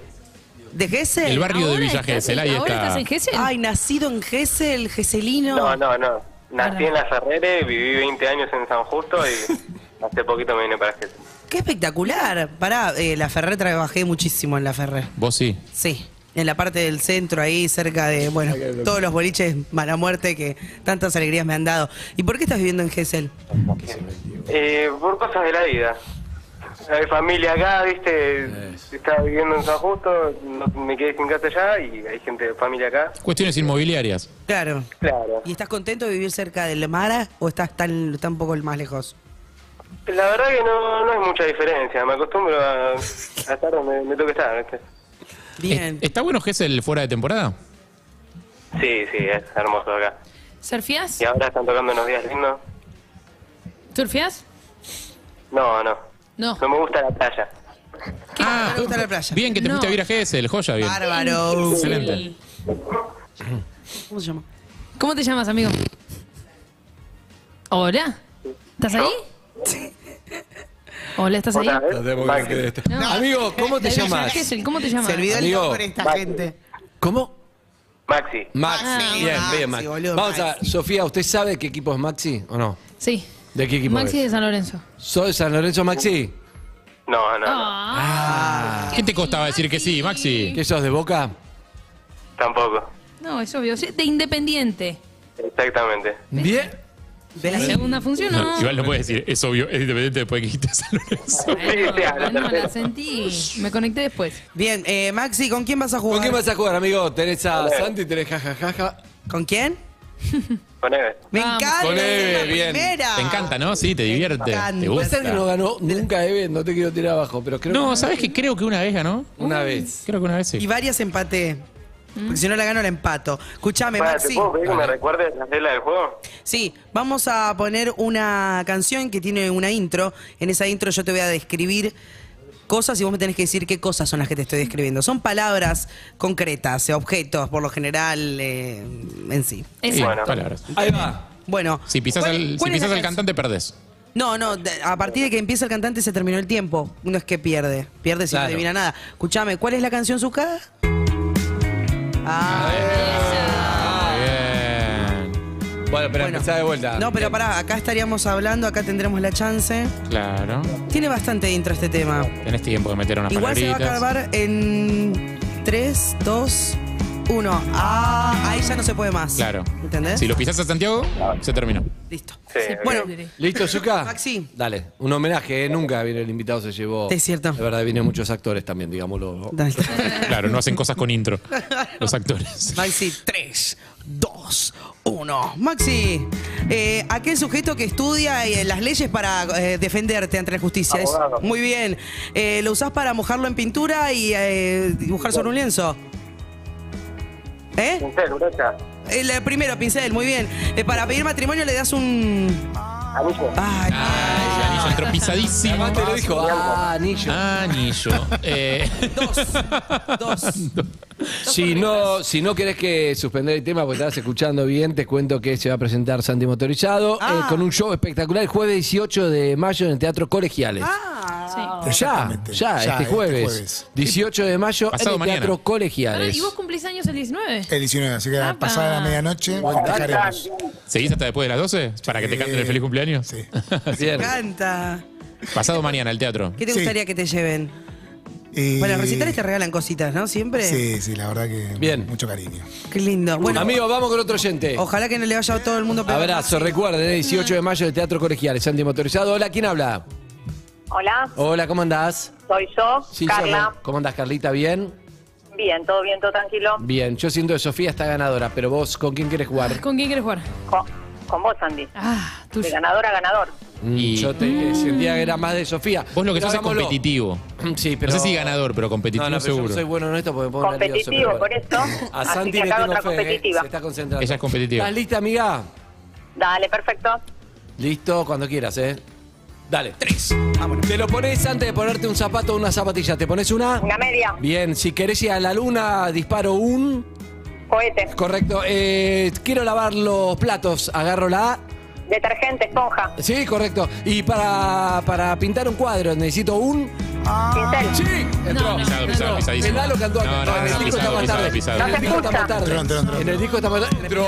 Speaker 6: ¿De Gesell?
Speaker 5: El barrio de
Speaker 4: Ahora
Speaker 5: Villa
Speaker 4: estás en-
Speaker 5: Gesell, ahí
Speaker 4: ¿Ahora
Speaker 5: está.
Speaker 4: estás en Gesell?
Speaker 6: Ay, nacido en Gesell, geselino.
Speaker 9: No, no, no. Nací en La Ferrere, viví 20 años en San Justo y hace poquito me vine para Gesell.
Speaker 6: Qué espectacular. Pará, eh, la Ferrer trabajé muchísimo en la Ferrer.
Speaker 5: Vos sí.
Speaker 6: Sí, en la parte del centro, ahí cerca de, bueno, todos los boliches mala muerte que tantas alegrías me han dado. ¿Y por qué estás viviendo en Gesell?
Speaker 9: Eh, por cosas de la vida. Hay familia acá, viste, estaba viviendo en San Justo, no- me quedé sin casa ya y hay gente de familia acá.
Speaker 5: Cuestiones inmobiliarias.
Speaker 6: Claro.
Speaker 9: Claro.
Speaker 6: ¿Y estás contento de vivir cerca del Mara o estás tan, tan poco más lejos?
Speaker 9: La verdad que no, no hay mucha diferencia, me acostumbro a, a estar donde me toque estar, viste.
Speaker 6: Bien.
Speaker 5: Eh, ¿Está bueno Gesell fuera de temporada?
Speaker 9: Sí, sí, es hermoso acá.
Speaker 4: ¿Surfías?
Speaker 9: Y ahora están tocando unos días lindos.
Speaker 4: ¿Surfías?
Speaker 9: No, no.
Speaker 4: No.
Speaker 9: No me gusta la playa.
Speaker 6: No Ah, me gusta la playa.
Speaker 5: Bien, que te
Speaker 4: No.
Speaker 5: fuiste a vivir a Gesell, joya, bien.
Speaker 6: Bárbaro.
Speaker 5: Excelente.
Speaker 6: ¿Cómo se llama?
Speaker 4: ¿Cómo te llamas, amigo? ¿Hola? ¿Estás ahí? Hola, ¿estás ahí?
Speaker 9: Otra vez,
Speaker 3: No tenemos que
Speaker 9: Maxi.
Speaker 3: hacer esto.
Speaker 4: No. eh,
Speaker 3: Amigo, ¿cómo te
Speaker 4: De Villa
Speaker 3: llamas?
Speaker 4: Gesell, ¿Cómo te llamas?
Speaker 6: Se olvidó el
Speaker 3: Amigo.
Speaker 6: nombre esta
Speaker 9: Maxi.
Speaker 6: gente.
Speaker 3: ¿Cómo?
Speaker 9: Maxi.
Speaker 3: Maxi.
Speaker 4: Ah,
Speaker 6: Maxi,
Speaker 3: bien,
Speaker 6: Maxi,
Speaker 3: bien, Maxi.
Speaker 6: boludo,
Speaker 3: Vamos a,
Speaker 6: Maxi.
Speaker 3: Sofía, ¿usted sabe qué equipo es Maxi o no?
Speaker 4: Ah, Sí.
Speaker 3: ¿De qué equipo
Speaker 4: Maxi
Speaker 3: es?
Speaker 4: de San Lorenzo.
Speaker 3: ¿Soy San Lorenzo Maxi?
Speaker 9: No, no, no.
Speaker 4: Ah,
Speaker 5: ¿Qué te costaba decir que sí, Maxi?
Speaker 3: ¿Qué sos de Boca?
Speaker 9: Tampoco.
Speaker 4: no, es obvio. Sí, De Independiente.
Speaker 9: Exactamente.
Speaker 3: Bien.
Speaker 6: De
Speaker 4: La
Speaker 6: la-
Speaker 4: segunda funcionó.
Speaker 5: No, igual no puedes decir, es obvio, es independiente después de que dijiste San Lorenzo.
Speaker 4: Bueno,
Speaker 9: Sí, sí, a la
Speaker 4: bueno,
Speaker 9: tercera.
Speaker 4: Ah, la sentí. Me conecté después.
Speaker 6: Bien, eh, Maxi, ¿con quién vas a jugar?
Speaker 3: ¿Con quién vas a jugar, amigo? ¿Tenés a Santi? ¿Tenés jajajaja?
Speaker 6: ¿Con quién?
Speaker 9: Con Ever.
Speaker 6: Me
Speaker 4: Vamos.
Speaker 6: encanta.
Speaker 3: Con
Speaker 6: es la
Speaker 3: Eve, bien.
Speaker 6: primera.
Speaker 5: Te encanta, ¿no? Sí, te divierte.
Speaker 6: encanta.
Speaker 5: Te
Speaker 3: Puede
Speaker 5: gusta.
Speaker 3: ser que no ganó nunca, Eve, no te quiero tirar abajo, pero creo
Speaker 5: No, ¿sabes que creo que una vez ganó?
Speaker 3: que
Speaker 6: Mm.
Speaker 3: una vez.
Speaker 5: Creo que una vez
Speaker 6: Y
Speaker 5: sí.
Speaker 6: varias empaté. Porque si no la gano, la empato. Escuchame,
Speaker 9: Para, ¿Te
Speaker 6: Maxi.
Speaker 9: puedo pedir que me recuerdes la regla del juego?
Speaker 6: Sí, vamos a poner una canción que tiene una intro. En esa intro yo te voy a describir cosas y vos me tenés que decir qué cosas son las que te estoy describiendo. Son palabras concretas, eh, objetos por lo general eh, en sí.
Speaker 5: Sí,
Speaker 4: Exacto.
Speaker 5: palabras.
Speaker 3: Ahí va.
Speaker 6: Bueno.
Speaker 5: Si pisas
Speaker 6: ¿cuál-
Speaker 5: al, si
Speaker 6: cuál es
Speaker 5: pisas
Speaker 6: la
Speaker 5: al
Speaker 6: canción?
Speaker 5: cantante, perdés.
Speaker 6: No, no, de- a partir de que empieza el cantante se terminó el tiempo. No es que pierde, pierde si
Speaker 3: Claro.
Speaker 6: no adivina nada. Escuchame, ¿cuál es la canción sucada? Ah,
Speaker 5: Bien.
Speaker 3: Bueno, pero
Speaker 6: bueno.
Speaker 3: empezá de vuelta.
Speaker 6: No, pero pará, acá estaríamos hablando, acá tendremos la chance.
Speaker 5: Claro.
Speaker 6: Tiene bastante intro este tema.
Speaker 5: Tenés tiempo de meter unas
Speaker 6: Igual se va a
Speaker 5: palabritas.
Speaker 6: acabar en 3, 2, 1. Ah, ahí ya no se puede más.
Speaker 5: Claro.
Speaker 6: ¿Entendés?
Speaker 5: Si lo pisas a Santiago, se terminó.
Speaker 6: Listo.
Speaker 9: Sí, ok.
Speaker 6: Bueno,
Speaker 3: ¿Listo, Yuka?
Speaker 6: Maxi.
Speaker 3: Dale, un homenaje, ¿eh? nunca viene el invitado, se llevó.
Speaker 6: Es cierto.
Speaker 3: De verdad, vienen muchos actores también, digámoslo.
Speaker 6: dale.
Speaker 5: Claro, no hacen cosas con intro. Los actores.
Speaker 6: Maxi, 3, 2, 1. Maxi, eh, aquel sujeto que estudia eh, las leyes para eh, defenderte ante la justicia. Es-
Speaker 9: Abogado.
Speaker 6: muy bien. Eh, lo usás para mojarlo en pintura y eh, dibujar sobre un lienzo. ¿Eh?
Speaker 9: Pincel, brocha.
Speaker 6: El eh, primero, pincel, muy bien. Eh, para pedir matrimonio le das un.
Speaker 9: Anillo.
Speaker 10: Ah.
Speaker 6: Ay,
Speaker 5: Ay, anillo entró pisadísimo.
Speaker 3: Además te lo dijo, ah, anillo.
Speaker 5: Anillo. Eh,
Speaker 6: dos.
Speaker 3: Si no, si no querés que suspender el tema porque estabas escuchando bien, te cuento que se va a presentar Santi Motorizado
Speaker 6: Ah.
Speaker 3: eh, con un show espectacular el jueves 18 de mayo en el Teatro Colegiales.
Speaker 4: Sí.
Speaker 3: Ya, ya,
Speaker 7: Exactamente. Ya,
Speaker 3: este,
Speaker 7: este
Speaker 3: jueves,
Speaker 7: jueves.
Speaker 3: 18 de mayo en
Speaker 5: Pasado
Speaker 3: el
Speaker 5: mañana.
Speaker 3: Teatro
Speaker 4: Pará,
Speaker 3: Colegiales.
Speaker 4: ¿Y vos cumplís años el 19?
Speaker 7: El 19, así que
Speaker 4: Apa.
Speaker 7: pasada la medianoche festejaremos.
Speaker 5: ¿Seguís hasta después de las 12? ¿Para que te canten el feliz cumpleaños?
Speaker 7: Eh, Sí.
Speaker 3: Bien.
Speaker 6: Me encanta.
Speaker 5: Pasado mañana al teatro.
Speaker 6: ¿Qué te
Speaker 7: Sí.
Speaker 6: gustaría que te lleven?
Speaker 7: Y-
Speaker 6: Bueno, los recitales te regalan cositas, ¿no? Siempre.
Speaker 7: Sí, sí, la verdad que
Speaker 3: Bien.
Speaker 7: mucho cariño.
Speaker 6: Qué lindo. Bueno,
Speaker 3: Amigos, vamos con otro oyente.
Speaker 6: ojalá que no le vaya a todo el mundo peor.
Speaker 3: Abrazo, recuerden, el 18 de mayo del Teatro Colegiales, Santi Motorizado. Hola, ¿quién habla?
Speaker 10: Hola,
Speaker 3: Hola, ¿cómo andás?
Speaker 10: soy yo, Carla.
Speaker 3: Sofía. ¿Cómo andás, Carlita? ¿Bien?
Speaker 10: Bien, todo bien, todo tranquilo.
Speaker 3: Bien, yo siento que Sofía está ganadora, pero vos, ¿con quién querés jugar?
Speaker 4: ¿Con quién quieres jugar?
Speaker 10: Con, con vos, Andy.
Speaker 4: Ah,
Speaker 10: De
Speaker 4: tuyo.
Speaker 10: ganador a ganador.
Speaker 3: Mm,
Speaker 5: Y-
Speaker 3: Yo te sentía que era más de Sofía.
Speaker 5: Vos lo que
Speaker 3: Pero
Speaker 5: sos es
Speaker 3: hagámoslo.
Speaker 5: competitivo.
Speaker 3: Sí,
Speaker 5: No sé si ganador, pero competitivo
Speaker 3: No, no, pero yo
Speaker 5: seguro.
Speaker 3: soy bueno en esto porque me pongo nervioso.
Speaker 10: Competitivo,
Speaker 3: pero
Speaker 10: por
Speaker 3: bueno.
Speaker 10: eso.
Speaker 3: A
Speaker 10: Así
Speaker 3: Santi
Speaker 10: que
Speaker 3: le
Speaker 10: acá
Speaker 3: tengo
Speaker 10: otra
Speaker 3: fe, ¿eh?
Speaker 10: competitiva.
Speaker 3: se está concentrando.
Speaker 5: Ella es competitiva.
Speaker 3: ¿Estás lista, amiga?
Speaker 10: Dale, perfecto.
Speaker 3: Listo, cuando quieras, ¿eh? Dale, tres. Te lo pones antes de ponerte un zapato o una zapatilla. ¿Te pones una?
Speaker 10: Una media.
Speaker 3: Bien, si querés ir a la luna, disparo un.
Speaker 10: Cohete.
Speaker 3: Correcto. Eh, quiero lavar los platos, agarro la A.
Speaker 10: Detergente, esponja.
Speaker 3: Sí, correcto. Y para, para pintar un cuadro necesito un. Ah.
Speaker 10: Pincel.
Speaker 3: ¡Sí! Entró.
Speaker 4: No, no,
Speaker 5: Pisado, pisado, pisadísimo.
Speaker 3: El Lalo cantó
Speaker 5: No,
Speaker 3: acá.
Speaker 5: no,
Speaker 3: en
Speaker 5: no,
Speaker 3: el disco está
Speaker 5: pisado,
Speaker 3: más
Speaker 5: pisado,
Speaker 3: tarde. En
Speaker 5: pisado.
Speaker 3: el disco está más
Speaker 7: Entró, entró,
Speaker 3: tarde.
Speaker 7: entró.
Speaker 3: En el disco está más tarde. Pero,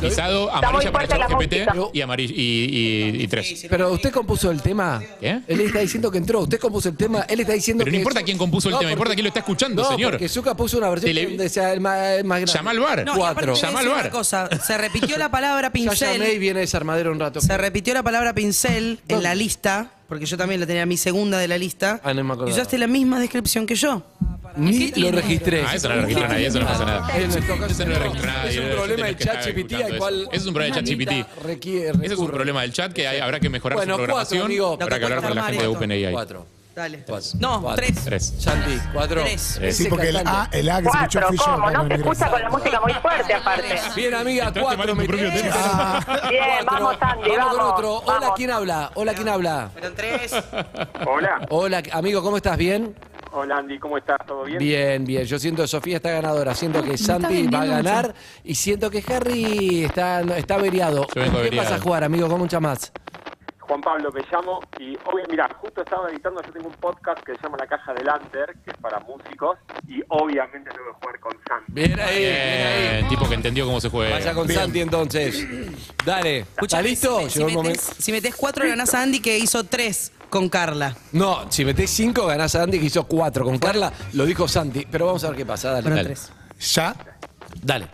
Speaker 5: Pisado,
Speaker 10: Está muy
Speaker 5: amarillo para
Speaker 10: fuerte la música.
Speaker 5: ChatGPT y amarillo y, y, y tres.
Speaker 3: pero usted compuso el tema.
Speaker 5: ¿Qué?
Speaker 3: Él está diciendo que entró. Usted compuso el tema. Él está diciendo
Speaker 5: Pero
Speaker 3: que.
Speaker 5: no importa quién compuso el
Speaker 3: No,
Speaker 5: tema, importa
Speaker 3: porque-
Speaker 5: quién lo está escuchando,
Speaker 3: no,
Speaker 5: señor.
Speaker 3: Porque Zuka puso una versión
Speaker 5: Tele-
Speaker 3: donde sea el más, el más grande.
Speaker 5: Llama al bar.
Speaker 6: No, y aparte
Speaker 3: Cuatro.
Speaker 6: voy a
Speaker 5: Llama al
Speaker 6: decir
Speaker 5: bar.
Speaker 6: una cosa, se repitió la palabra
Speaker 3: Ya llamé y
Speaker 6: pincel.
Speaker 3: viene desarmadero un rato.
Speaker 6: Se repitió la palabra pincel en la lista, porque yo también la tenía mi segunda de la lista.
Speaker 3: Ah, no me acordaba.
Speaker 6: y usaste la misma descripción que yo.
Speaker 3: Ni lo registré.
Speaker 5: Ah, eso no lo registra nadie, eso no pasa nada.
Speaker 3: En nuestro caso,
Speaker 5: Eso no lo registra nadie.
Speaker 3: Es un
Speaker 5: la gente
Speaker 3: problema
Speaker 5: que
Speaker 3: del
Speaker 5: está
Speaker 3: chat GPT
Speaker 5: escuchando
Speaker 3: al
Speaker 5: eso.
Speaker 3: cual.
Speaker 5: Ese es un problema del chat
Speaker 3: Anita
Speaker 5: GPT.
Speaker 3: requiere-
Speaker 5: Ese es un
Speaker 3: recurre.
Speaker 5: problema del chat que hay- habrá que mejorar
Speaker 3: Bueno,
Speaker 5: su
Speaker 3: cuatro,
Speaker 5: programación.
Speaker 3: amigo.
Speaker 5: habrá que hablar con la
Speaker 6: Armar
Speaker 5: gente de
Speaker 6: esto.
Speaker 5: OpenAI.
Speaker 3: Cuatro.
Speaker 6: Dale.
Speaker 3: Cuatro.
Speaker 6: No,
Speaker 3: Cuatro.
Speaker 6: tres.
Speaker 5: Tres.
Speaker 3: Santi, cuatro.
Speaker 6: Tres.
Speaker 5: Tres.
Speaker 7: Sí, porque el A, el A que se escuchó
Speaker 10: Cuatro,
Speaker 7: fui yo.
Speaker 10: ¿cómo? No
Speaker 7: acá con
Speaker 10: se
Speaker 7: el micrófono.
Speaker 10: escucha con la música muy fuerte, aparte.
Speaker 3: Bien, amiga,
Speaker 5: Entraste mal
Speaker 3: cuatro.
Speaker 5: en tu propio
Speaker 3: metés.
Speaker 5: tema.
Speaker 3: Ah,
Speaker 10: Bien,
Speaker 3: cuatro.
Speaker 10: vamos, Santi,
Speaker 3: con
Speaker 10: vamos,
Speaker 3: otro. Hola,
Speaker 10: vamos.
Speaker 3: ¿quién habla? Hola, ¿quién habla?
Speaker 6: Pero tres.
Speaker 9: Hola.
Speaker 3: Hola, amigo, ¿cómo estás? ¿Bien?
Speaker 9: Hola Andy, ¿cómo estás? ¿Todo bien?
Speaker 3: Bien, bien. Yo siento que Sofía está ganadora. Siento que
Speaker 4: está
Speaker 3: Santi va a
Speaker 4: vendiendo
Speaker 3: ganar. Y siento que Harry está, está averiado.
Speaker 5: Yo vengo
Speaker 3: ¿Qué
Speaker 5: averiado.
Speaker 3: vas a jugar, amigo? ¿Cómo mucha más?
Speaker 9: Juan Pablo me llamo y hoy, mira, justo estaba editando, yo tengo un podcast que se llama La Caja del Under, que es para músicos, y obviamente tengo que jugar con Santi.
Speaker 3: Bien ahí, bien
Speaker 5: Bien, tipo que entendió cómo se juega.
Speaker 3: Vaya con
Speaker 7: Bien.
Speaker 3: Santi entonces. Dale.
Speaker 6: Escuchá,
Speaker 3: ¿Estás listo?
Speaker 6: Si,
Speaker 3: Llegó el
Speaker 6: metés,
Speaker 3: momento.
Speaker 6: si metés cuatro, ganás a Andy que hizo tres con Carla.
Speaker 3: No, si metés 5 ganás a Andy que hizo 4. Con Carla lo dijo Santi, pero vamos a ver qué pasa. Dale,
Speaker 6: Fueron
Speaker 3: dale.
Speaker 6: tres.
Speaker 7: Ya.
Speaker 3: Dale.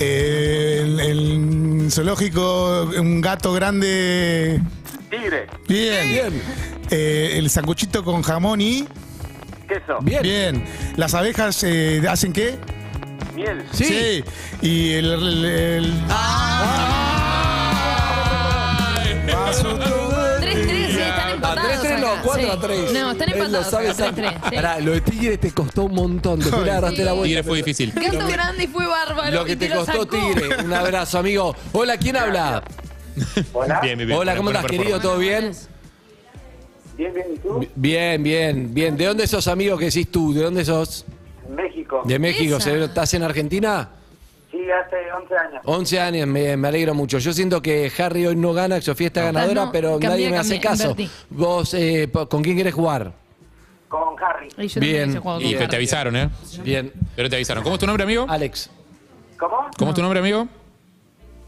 Speaker 7: Eh, El, el zoológico, un gato grande.
Speaker 9: Tigre,
Speaker 7: Bien.
Speaker 3: Bien,
Speaker 7: Eh, el sanguchito con jamón y.
Speaker 9: queso,
Speaker 3: bien.
Speaker 7: Bien. ¿Las abejas eh, hacen qué?
Speaker 9: miel.
Speaker 3: Sí.
Speaker 7: Y el. el- el- Paso todo.
Speaker 4: 3-3, sí, están
Speaker 3: A
Speaker 4: empatados.
Speaker 3: 3-3
Speaker 4: acá,
Speaker 3: Ah, no, 4
Speaker 4: sí.
Speaker 3: a 3.
Speaker 4: No, están
Speaker 3: Él lo
Speaker 4: empatados.
Speaker 3: sabe
Speaker 4: acá,
Speaker 3: Santi.
Speaker 4: 3-3, sí.
Speaker 3: Pará, lo de Tigre te costó un montón. Después le agarraste la vuelta.
Speaker 5: Tigre fue difícil.
Speaker 4: Gato grande y fue bárbaro.
Speaker 3: Lo que
Speaker 4: y
Speaker 3: te
Speaker 4: lo
Speaker 3: costó
Speaker 4: sacó.
Speaker 3: Tigre. Un abrazo, amigo. Hola, ¿quién habla?
Speaker 9: Hola.
Speaker 5: Bien, bien, bien.
Speaker 3: Hola,
Speaker 5: Buena-
Speaker 3: ¿cómo
Speaker 5: buena
Speaker 3: estás, querido?
Speaker 5: performance.
Speaker 3: ¿Todo bien?
Speaker 9: Bien, bien, ¿y tú?
Speaker 3: Bien, bien, bien. ¿De dónde sos, amigo, que decís tú? ¿De dónde sos?
Speaker 9: México.
Speaker 3: De México,
Speaker 4: Esa.
Speaker 3: cerebro. ¿Estás en Argentina?
Speaker 9: Sí, hace 11 años.
Speaker 3: 11 años, me, me alegro mucho. Yo siento que Harry hoy no gana, que Sofía está ganadora,
Speaker 4: no,
Speaker 3: pero
Speaker 4: cambié,
Speaker 3: nadie me hace
Speaker 4: cambié,
Speaker 3: caso.
Speaker 4: invertí.
Speaker 3: ¿Vos eh, po- con quién querés jugar?
Speaker 9: Con Harry.
Speaker 4: Ay, yo
Speaker 3: Bien.
Speaker 4: también hice juego
Speaker 5: Y
Speaker 4: con
Speaker 5: te avisaron, ¿eh?
Speaker 3: Bien.
Speaker 5: Pero te avisaron. ¿Cómo es tu nombre, amigo?
Speaker 3: Alex,
Speaker 9: ¿Cómo?
Speaker 5: ¿Cómo es tu nombre, amigo?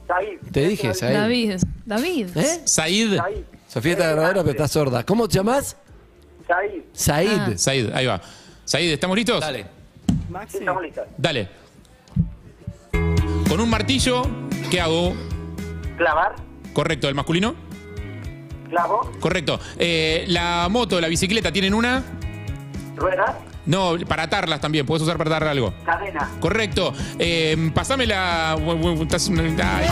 Speaker 9: Said.
Speaker 3: te dije, Said.
Speaker 4: David. David.
Speaker 3: ¿Eh?
Speaker 5: Said.
Speaker 9: Said.
Speaker 3: Sofía está ganadora, pero está sorda. ¿Cómo te llamás?
Speaker 9: Said.
Speaker 3: Said.
Speaker 4: Ah.
Speaker 5: Said, ahí va. Said, ¿estamos listos?
Speaker 3: Dale.
Speaker 10: Ah,
Speaker 9: Sí, estamos listos.
Speaker 5: Dale. Con un martillo, ¿qué hago?
Speaker 9: Clavar,
Speaker 5: Correcto, el masculino.
Speaker 9: clavo,
Speaker 5: Correcto. Eh, la moto, la bicicleta, ¿tienen una?
Speaker 9: ruedas,
Speaker 5: No, para atarlas también. Puedes usar para atar algo.
Speaker 9: cadena.
Speaker 5: Correcto. Eh, pasame la. bu- bu- estás- ay.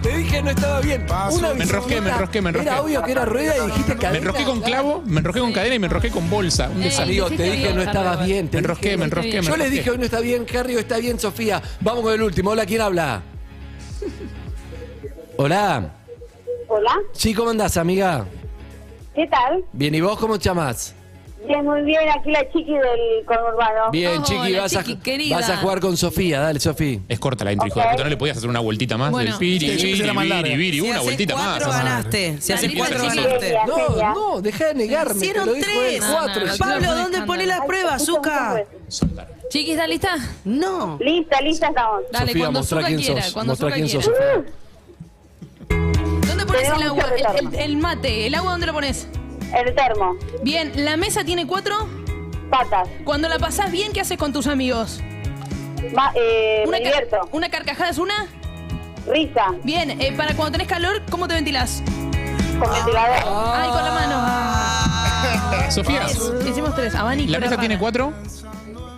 Speaker 3: Te dije no estaba bien.
Speaker 7: Paso.
Speaker 3: Una
Speaker 5: Me enrosqué, me
Speaker 3: bicicleta,
Speaker 5: enrosqué, me enrosqué.
Speaker 3: Era obvio que era rueda y dijiste cadena.
Speaker 5: Me enrosqué con clavo, me enrosqué con cadena y me enrosqué con bolsa. Un
Speaker 4: Ey,
Speaker 5: desastre.
Speaker 3: Amigo, te
Speaker 4: dijiste
Speaker 3: dije
Speaker 4: bien,
Speaker 3: no
Speaker 4: Harry,
Speaker 3: estabas
Speaker 4: igual.
Speaker 3: bien. te
Speaker 5: Me
Speaker 3: dije-
Speaker 5: enrosqué, me enrosqué,
Speaker 3: Yo
Speaker 5: me
Speaker 3: le
Speaker 5: enrosqué.
Speaker 3: dije hoy no está bien, Harry, hoy está bien, Sofía. Vamos con el último. Hola, ¿quién habla? Hola.
Speaker 10: Hola,
Speaker 3: Sí, ¿cómo andás, amiga?
Speaker 10: ¿qué tal?
Speaker 3: Bien, ¿y vos cómo te llamás?
Speaker 10: Bien, muy bien. Aquí la chiqui del conurbano.
Speaker 3: Bien,
Speaker 4: Oh,
Speaker 3: chiqui,
Speaker 4: hola,
Speaker 3: vas,
Speaker 4: Chiqui,
Speaker 3: a,
Speaker 4: querida.
Speaker 3: vas a jugar con Sofía. Dale, Sofía.
Speaker 5: Es corta la intro, hijo de puta. No le podías hacer una vueltita más.
Speaker 4: Bueno.
Speaker 5: del piri,
Speaker 7: Sí, yo pensé
Speaker 5: piri,
Speaker 7: que era más larga.
Speaker 5: piri, piri,
Speaker 6: Si
Speaker 5: una
Speaker 6: haces
Speaker 5: vueltita más.
Speaker 6: cuatro, ganaste. Si
Speaker 4: La
Speaker 6: haces
Speaker 4: lista
Speaker 6: cuatro,
Speaker 4: chiqui.
Speaker 6: ganaste.
Speaker 10: Genia, genia.
Speaker 3: No, no, deja de negarme. Te
Speaker 6: Hicieron
Speaker 3: lo dijo él.
Speaker 6: tres.
Speaker 4: Cuatro,
Speaker 3: Cuatro.
Speaker 4: no,
Speaker 3: chiqui.
Speaker 6: Pablo, ¿dónde pone las pruebas, Zuka?
Speaker 4: Chiqui, ¿está lista?
Speaker 6: No.
Speaker 10: Lista, lista estamos.
Speaker 4: Dale,
Speaker 3: Sofía,
Speaker 4: cuando
Speaker 3: mostrá
Speaker 4: Zuka
Speaker 3: quién
Speaker 4: quiera.
Speaker 3: sos.
Speaker 4: Cuando
Speaker 3: Mostrá
Speaker 4: Zuka
Speaker 3: quién sos,
Speaker 4: quiera.
Speaker 3: Sofía.
Speaker 4: ¿Dónde pones
Speaker 10: Tenemos
Speaker 4: el agua?
Speaker 10: mucho
Speaker 4: El,
Speaker 10: retardo.
Speaker 4: el- el mate, el agua, ¿dónde lo pones?
Speaker 10: El termo,
Speaker 4: Bien, la mesa tiene cuatro.
Speaker 10: patas,
Speaker 4: Cuando la pasás bien, ¿qué haces con tus amigos?
Speaker 10: ma- eh, me
Speaker 4: ca-
Speaker 10: divierto,
Speaker 4: una carcajada es una.
Speaker 10: risa,
Speaker 4: Bien, eh, para cuando tenés calor, ¿cómo te ventilás?
Speaker 10: con ventilador,
Speaker 4: Ay, con la mano.
Speaker 3: Ah.
Speaker 5: Sofía,
Speaker 4: Es- hicimos tres, abanico.
Speaker 5: ¿la mesa
Speaker 4: rapana.
Speaker 5: tiene cuatro?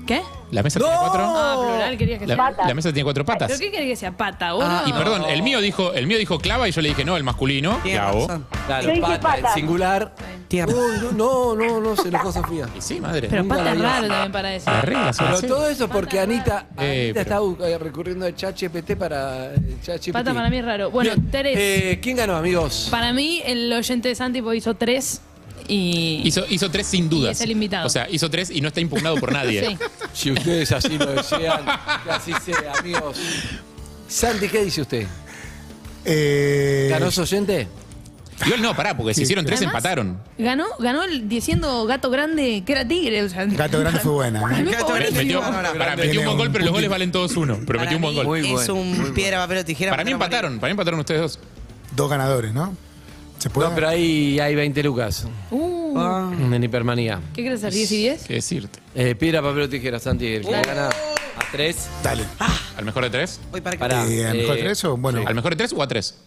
Speaker 4: ¿Qué?
Speaker 5: ¿La mesa tiene cuatro?
Speaker 4: Ah, plural, quería que sea.
Speaker 5: La, la mesa tiene cuatro patas. Ah,
Speaker 4: ¿Pero qué querés que sea? ¿Pata, boludo?
Speaker 5: Y perdón, el mío dijo, el mío dijo clava y yo le dije no, el masculino.
Speaker 6: Tiene
Speaker 5: Clavo.
Speaker 6: razón.
Speaker 3: Claro,
Speaker 10: Yo dije
Speaker 3: pata, el
Speaker 10: pata.
Speaker 3: singular.
Speaker 6: tierra.
Speaker 3: Uy, no, no, no, no sé, las cosas frías.
Speaker 5: Y sí, madre.
Speaker 4: Pero
Speaker 3: Nunca
Speaker 4: pata
Speaker 3: la
Speaker 4: es
Speaker 3: había-
Speaker 4: raro también para decir.
Speaker 5: Las reglas son
Speaker 3: Pero
Speaker 5: así.
Speaker 3: todo eso porque Anita,
Speaker 5: Eh,
Speaker 3: Anita está bu- eh, recurriendo a ChatGPT para eh, ChatGPT.
Speaker 4: Pata para mí es raro. Bueno,
Speaker 3: Bien,
Speaker 4: Teres.
Speaker 3: eh, ¿Quién ganó, amigos?
Speaker 4: Para mí, el oyente de Santi pues, hizo tres y.
Speaker 5: Hizo, hizo tres sin dudas.
Speaker 4: es el invitado.
Speaker 5: O sea, hizo tres y no está impugnado por nadie.
Speaker 4: Sí.
Speaker 3: Si ustedes así lo desean, que así sea, amigos. Santi, ¿qué dice usted?
Speaker 7: Eh,
Speaker 3: ¿Ganó su oyente?
Speaker 5: Igual no, pará, porque si hicieron tres
Speaker 4: Además,
Speaker 5: empataron.
Speaker 4: Ganó, ganó el- diciendo gato grande que era tigre. o sea,
Speaker 7: Gato Grande fue buena. ¿no?
Speaker 4: Para mí
Speaker 6: Gato
Speaker 4: fue
Speaker 6: Grande.
Speaker 4: buenísimo.
Speaker 5: Metió,
Speaker 6: no, no, no,
Speaker 5: pará,
Speaker 7: no.
Speaker 5: metió un buen gol, pero los
Speaker 7: Tiene
Speaker 5: goles
Speaker 7: un
Speaker 5: valen todos uno. Pero
Speaker 6: Para
Speaker 5: metió un buen
Speaker 6: mí
Speaker 5: gol.
Speaker 3: Muy
Speaker 6: Es
Speaker 3: bueno,
Speaker 6: un
Speaker 3: muy bueno.
Speaker 6: piedra, papel o tijera.
Speaker 5: Para mí
Speaker 6: porque no
Speaker 5: empataron, para mí empataron ustedes dos.
Speaker 7: Dos ganadores, ¿no? ¿Se puede?
Speaker 3: No, pero ahí hay 20 lucas
Speaker 4: Uh,
Speaker 3: en Hipermanía.
Speaker 4: ¿Qué querés hacer? ¿10 y 10?
Speaker 5: ¿Qué decirte?
Speaker 3: Eh, piedra, papel o tijera, Santi. El que
Speaker 4: Oh.
Speaker 3: gana a 3.
Speaker 7: Dale.
Speaker 3: Ah,
Speaker 5: ¿Al mejor de tres?
Speaker 6: Voy para acá.
Speaker 3: Para,
Speaker 7: Eh, ¿al mejor de tres o bueno?
Speaker 5: ¿Al mejor de tres o a tres?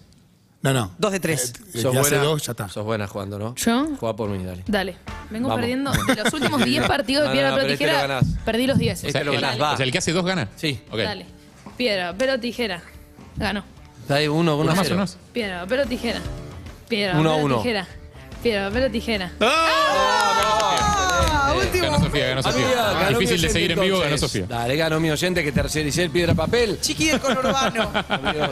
Speaker 7: No, no.
Speaker 6: Dos de tres.
Speaker 7: El que Eh, hace dos, ya está.
Speaker 3: Sos buena jugando, ¿no?
Speaker 4: ¿Yo?
Speaker 3: Juega por mí, dale.
Speaker 4: Dale. Vengo
Speaker 3: Vamos.
Speaker 4: perdiendo. De los últimos 10 partidos
Speaker 3: No,
Speaker 4: de
Speaker 3: no,
Speaker 4: piedra,
Speaker 3: no, pero
Speaker 4: papel o
Speaker 3: este lo
Speaker 4: tijera,
Speaker 3: ganás.
Speaker 4: perdí los 10.
Speaker 3: Este
Speaker 5: O sea,
Speaker 3: lo
Speaker 5: el,
Speaker 3: ganás,
Speaker 5: o
Speaker 3: va.
Speaker 5: sea, el que hace dos gana.
Speaker 3: Sí.
Speaker 5: Ok.
Speaker 4: Dale. Piedra, papel o tijera. Ganó.
Speaker 3: Está ahí uno, uno,
Speaker 5: Uno más,
Speaker 3: cero.
Speaker 5: uno más.
Speaker 4: Piedra, papel o tijera. Piedra,
Speaker 3: Uno,
Speaker 4: papel
Speaker 3: uno.
Speaker 4: o tijera. Piedra, papel o tijera.
Speaker 6: ¿Eh?
Speaker 5: Ganó Sofía, ganó Sofía.
Speaker 3: Amiga, ganó mi
Speaker 5: Difícil de
Speaker 3: oyente,
Speaker 5: seguir en vivo, ganó
Speaker 3: entonces.
Speaker 5: Sofía.
Speaker 3: Dale, ganó mi oyente que tercericé el piedra papel.
Speaker 6: Chiqui del conurbano.
Speaker 3: Amigo,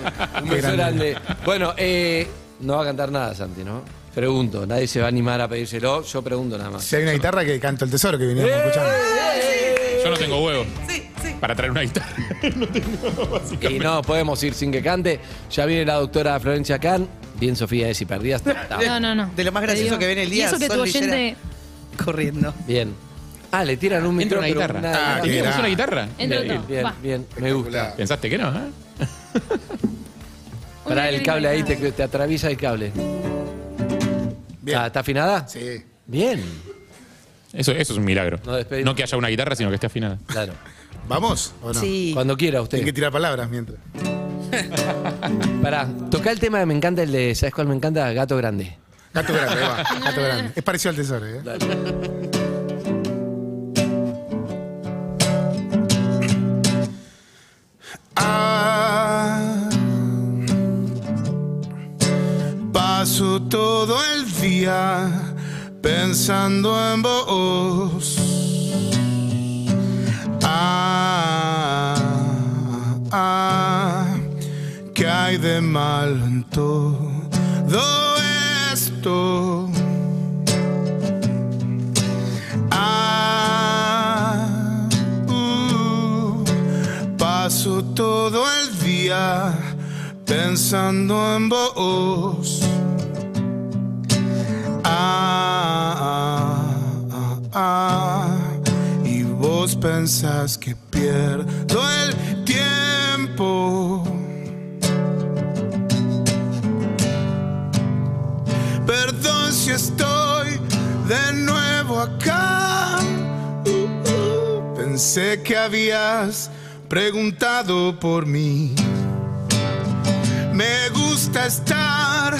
Speaker 3: un beso
Speaker 7: Qué grande.
Speaker 3: grande. Bueno, eh, no va a cantar nada, Santi, ¿no? Pregunto, nadie se va a animar a pedírselo, yo pregunto nada más.
Speaker 7: Si hay una guitarra que canto el tesoro que vinieron escuchando.
Speaker 3: Eh.
Speaker 5: Yo no tengo huevo
Speaker 6: Sí, sí.
Speaker 5: para traer una guitarra. no tengo,
Speaker 3: Y
Speaker 5: básicamente.
Speaker 3: no podemos ir sin que cante. Ya viene la doctora Florencia Can. Bien, Sofía, es si perdías. está
Speaker 4: No, no, no.
Speaker 6: De lo más
Speaker 4: Te
Speaker 6: gracioso
Speaker 4: digo.
Speaker 6: que viene el día,
Speaker 4: Y eso que
Speaker 6: Sol
Speaker 4: tu
Speaker 6: Lillera.
Speaker 4: oyente.
Speaker 6: Corriendo.
Speaker 3: Bien. Ah, le tiran un
Speaker 5: Entra
Speaker 3: micro,
Speaker 5: una
Speaker 3: pero
Speaker 5: guitarra.
Speaker 7: Ah, qué
Speaker 5: ¿Teníamos
Speaker 7: gran-
Speaker 5: una guitarra?
Speaker 4: Entra
Speaker 3: bien,
Speaker 4: todo.
Speaker 3: bien,
Speaker 4: Va.
Speaker 3: bien, me gusta.
Speaker 5: ¿Pensaste que no? eh?
Speaker 3: Pará, el cable ahí te,
Speaker 4: creo.
Speaker 3: te atraviesa el cable.
Speaker 7: Bien.
Speaker 3: Ah, ¿Está afinada?
Speaker 7: Sí.
Speaker 3: Bien.
Speaker 5: Eso, eso es un milagro.
Speaker 3: No despedimos.
Speaker 5: No que haya una guitarra, sino que esté afinada.
Speaker 3: Claro.
Speaker 7: ¿Vamos o no?
Speaker 6: Sí.
Speaker 3: Cuando quiera usted.
Speaker 7: Tienen que tirar palabras mientras.
Speaker 3: Pará, toca el tema que me encanta, el de, ¿sabes cuál me encanta? Gato Grande.
Speaker 7: Gato grande, ahí va. Gato grande. Es parecido al tesoro, ¿eh? Ah, paso todo el día pensando en vos. Ah, ah, ¿qué hay de malo en todo esto? Ah, uh, paso todo el día pensando en vos. Ah, ah, ah, y vos pensás que pierdo el tiempo. Perdón si estoy de nuevo acá. Uh, uh, Pensé que habías preguntado por mí. Me gusta estar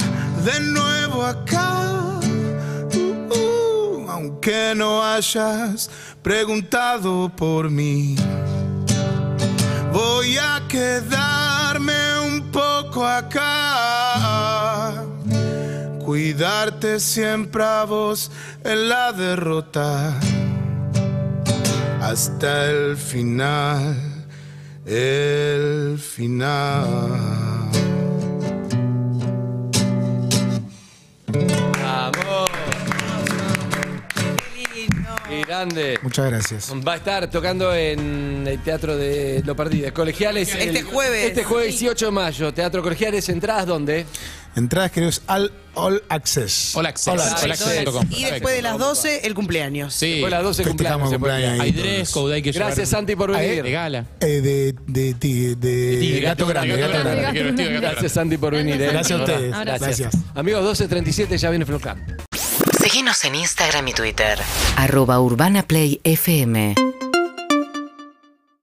Speaker 7: de nuevo acá. Uh, uh, aunque no hayas preguntado por mí. Voy a quedarme un poco acá cuidarte siempre a vos en la derrota hasta el final, el final.
Speaker 3: ¡Vamos! ¡Qué grande!
Speaker 7: Muchas gracias.
Speaker 3: Va a estar tocando en el Teatro de Lo Perdí, de Colegiales.
Speaker 6: Este
Speaker 3: el-
Speaker 6: jueves.
Speaker 3: Este jueves 18 de mayo, Teatro Colegiales, entradas donde.
Speaker 7: Entradas queridos al All Access.
Speaker 5: Hola, Access.
Speaker 7: Hola, Access.
Speaker 5: Hola, Access.
Speaker 3: Access.
Speaker 6: Y después de las 12, el cumpleaños.
Speaker 5: Sí.
Speaker 3: Fue las 12 cumpleaños.
Speaker 7: Festejamos
Speaker 3: se puede
Speaker 7: cumpleaños.
Speaker 3: decir.
Speaker 5: Hay dress code, hay que llevar. Ah,
Speaker 3: Gracias, Santi, por
Speaker 5: De
Speaker 3: venir.
Speaker 5: gala.
Speaker 7: Eh, de, de, de, de-
Speaker 5: Sí,
Speaker 7: Gato Grande. Gato
Speaker 4: grande,
Speaker 7: Grande.
Speaker 4: gato
Speaker 5: Quiero vestido de gato
Speaker 3: Gracias,
Speaker 5: grande.
Speaker 3: Santi, por venir. eh.
Speaker 7: Gracias a ustedes.
Speaker 4: Abrazo.
Speaker 7: Gracias.
Speaker 3: Amigos, 12.37, ya viene Flocan.
Speaker 1: Seguinos en Instagram y Twitter.
Speaker 2: arroba urbanaplayfm.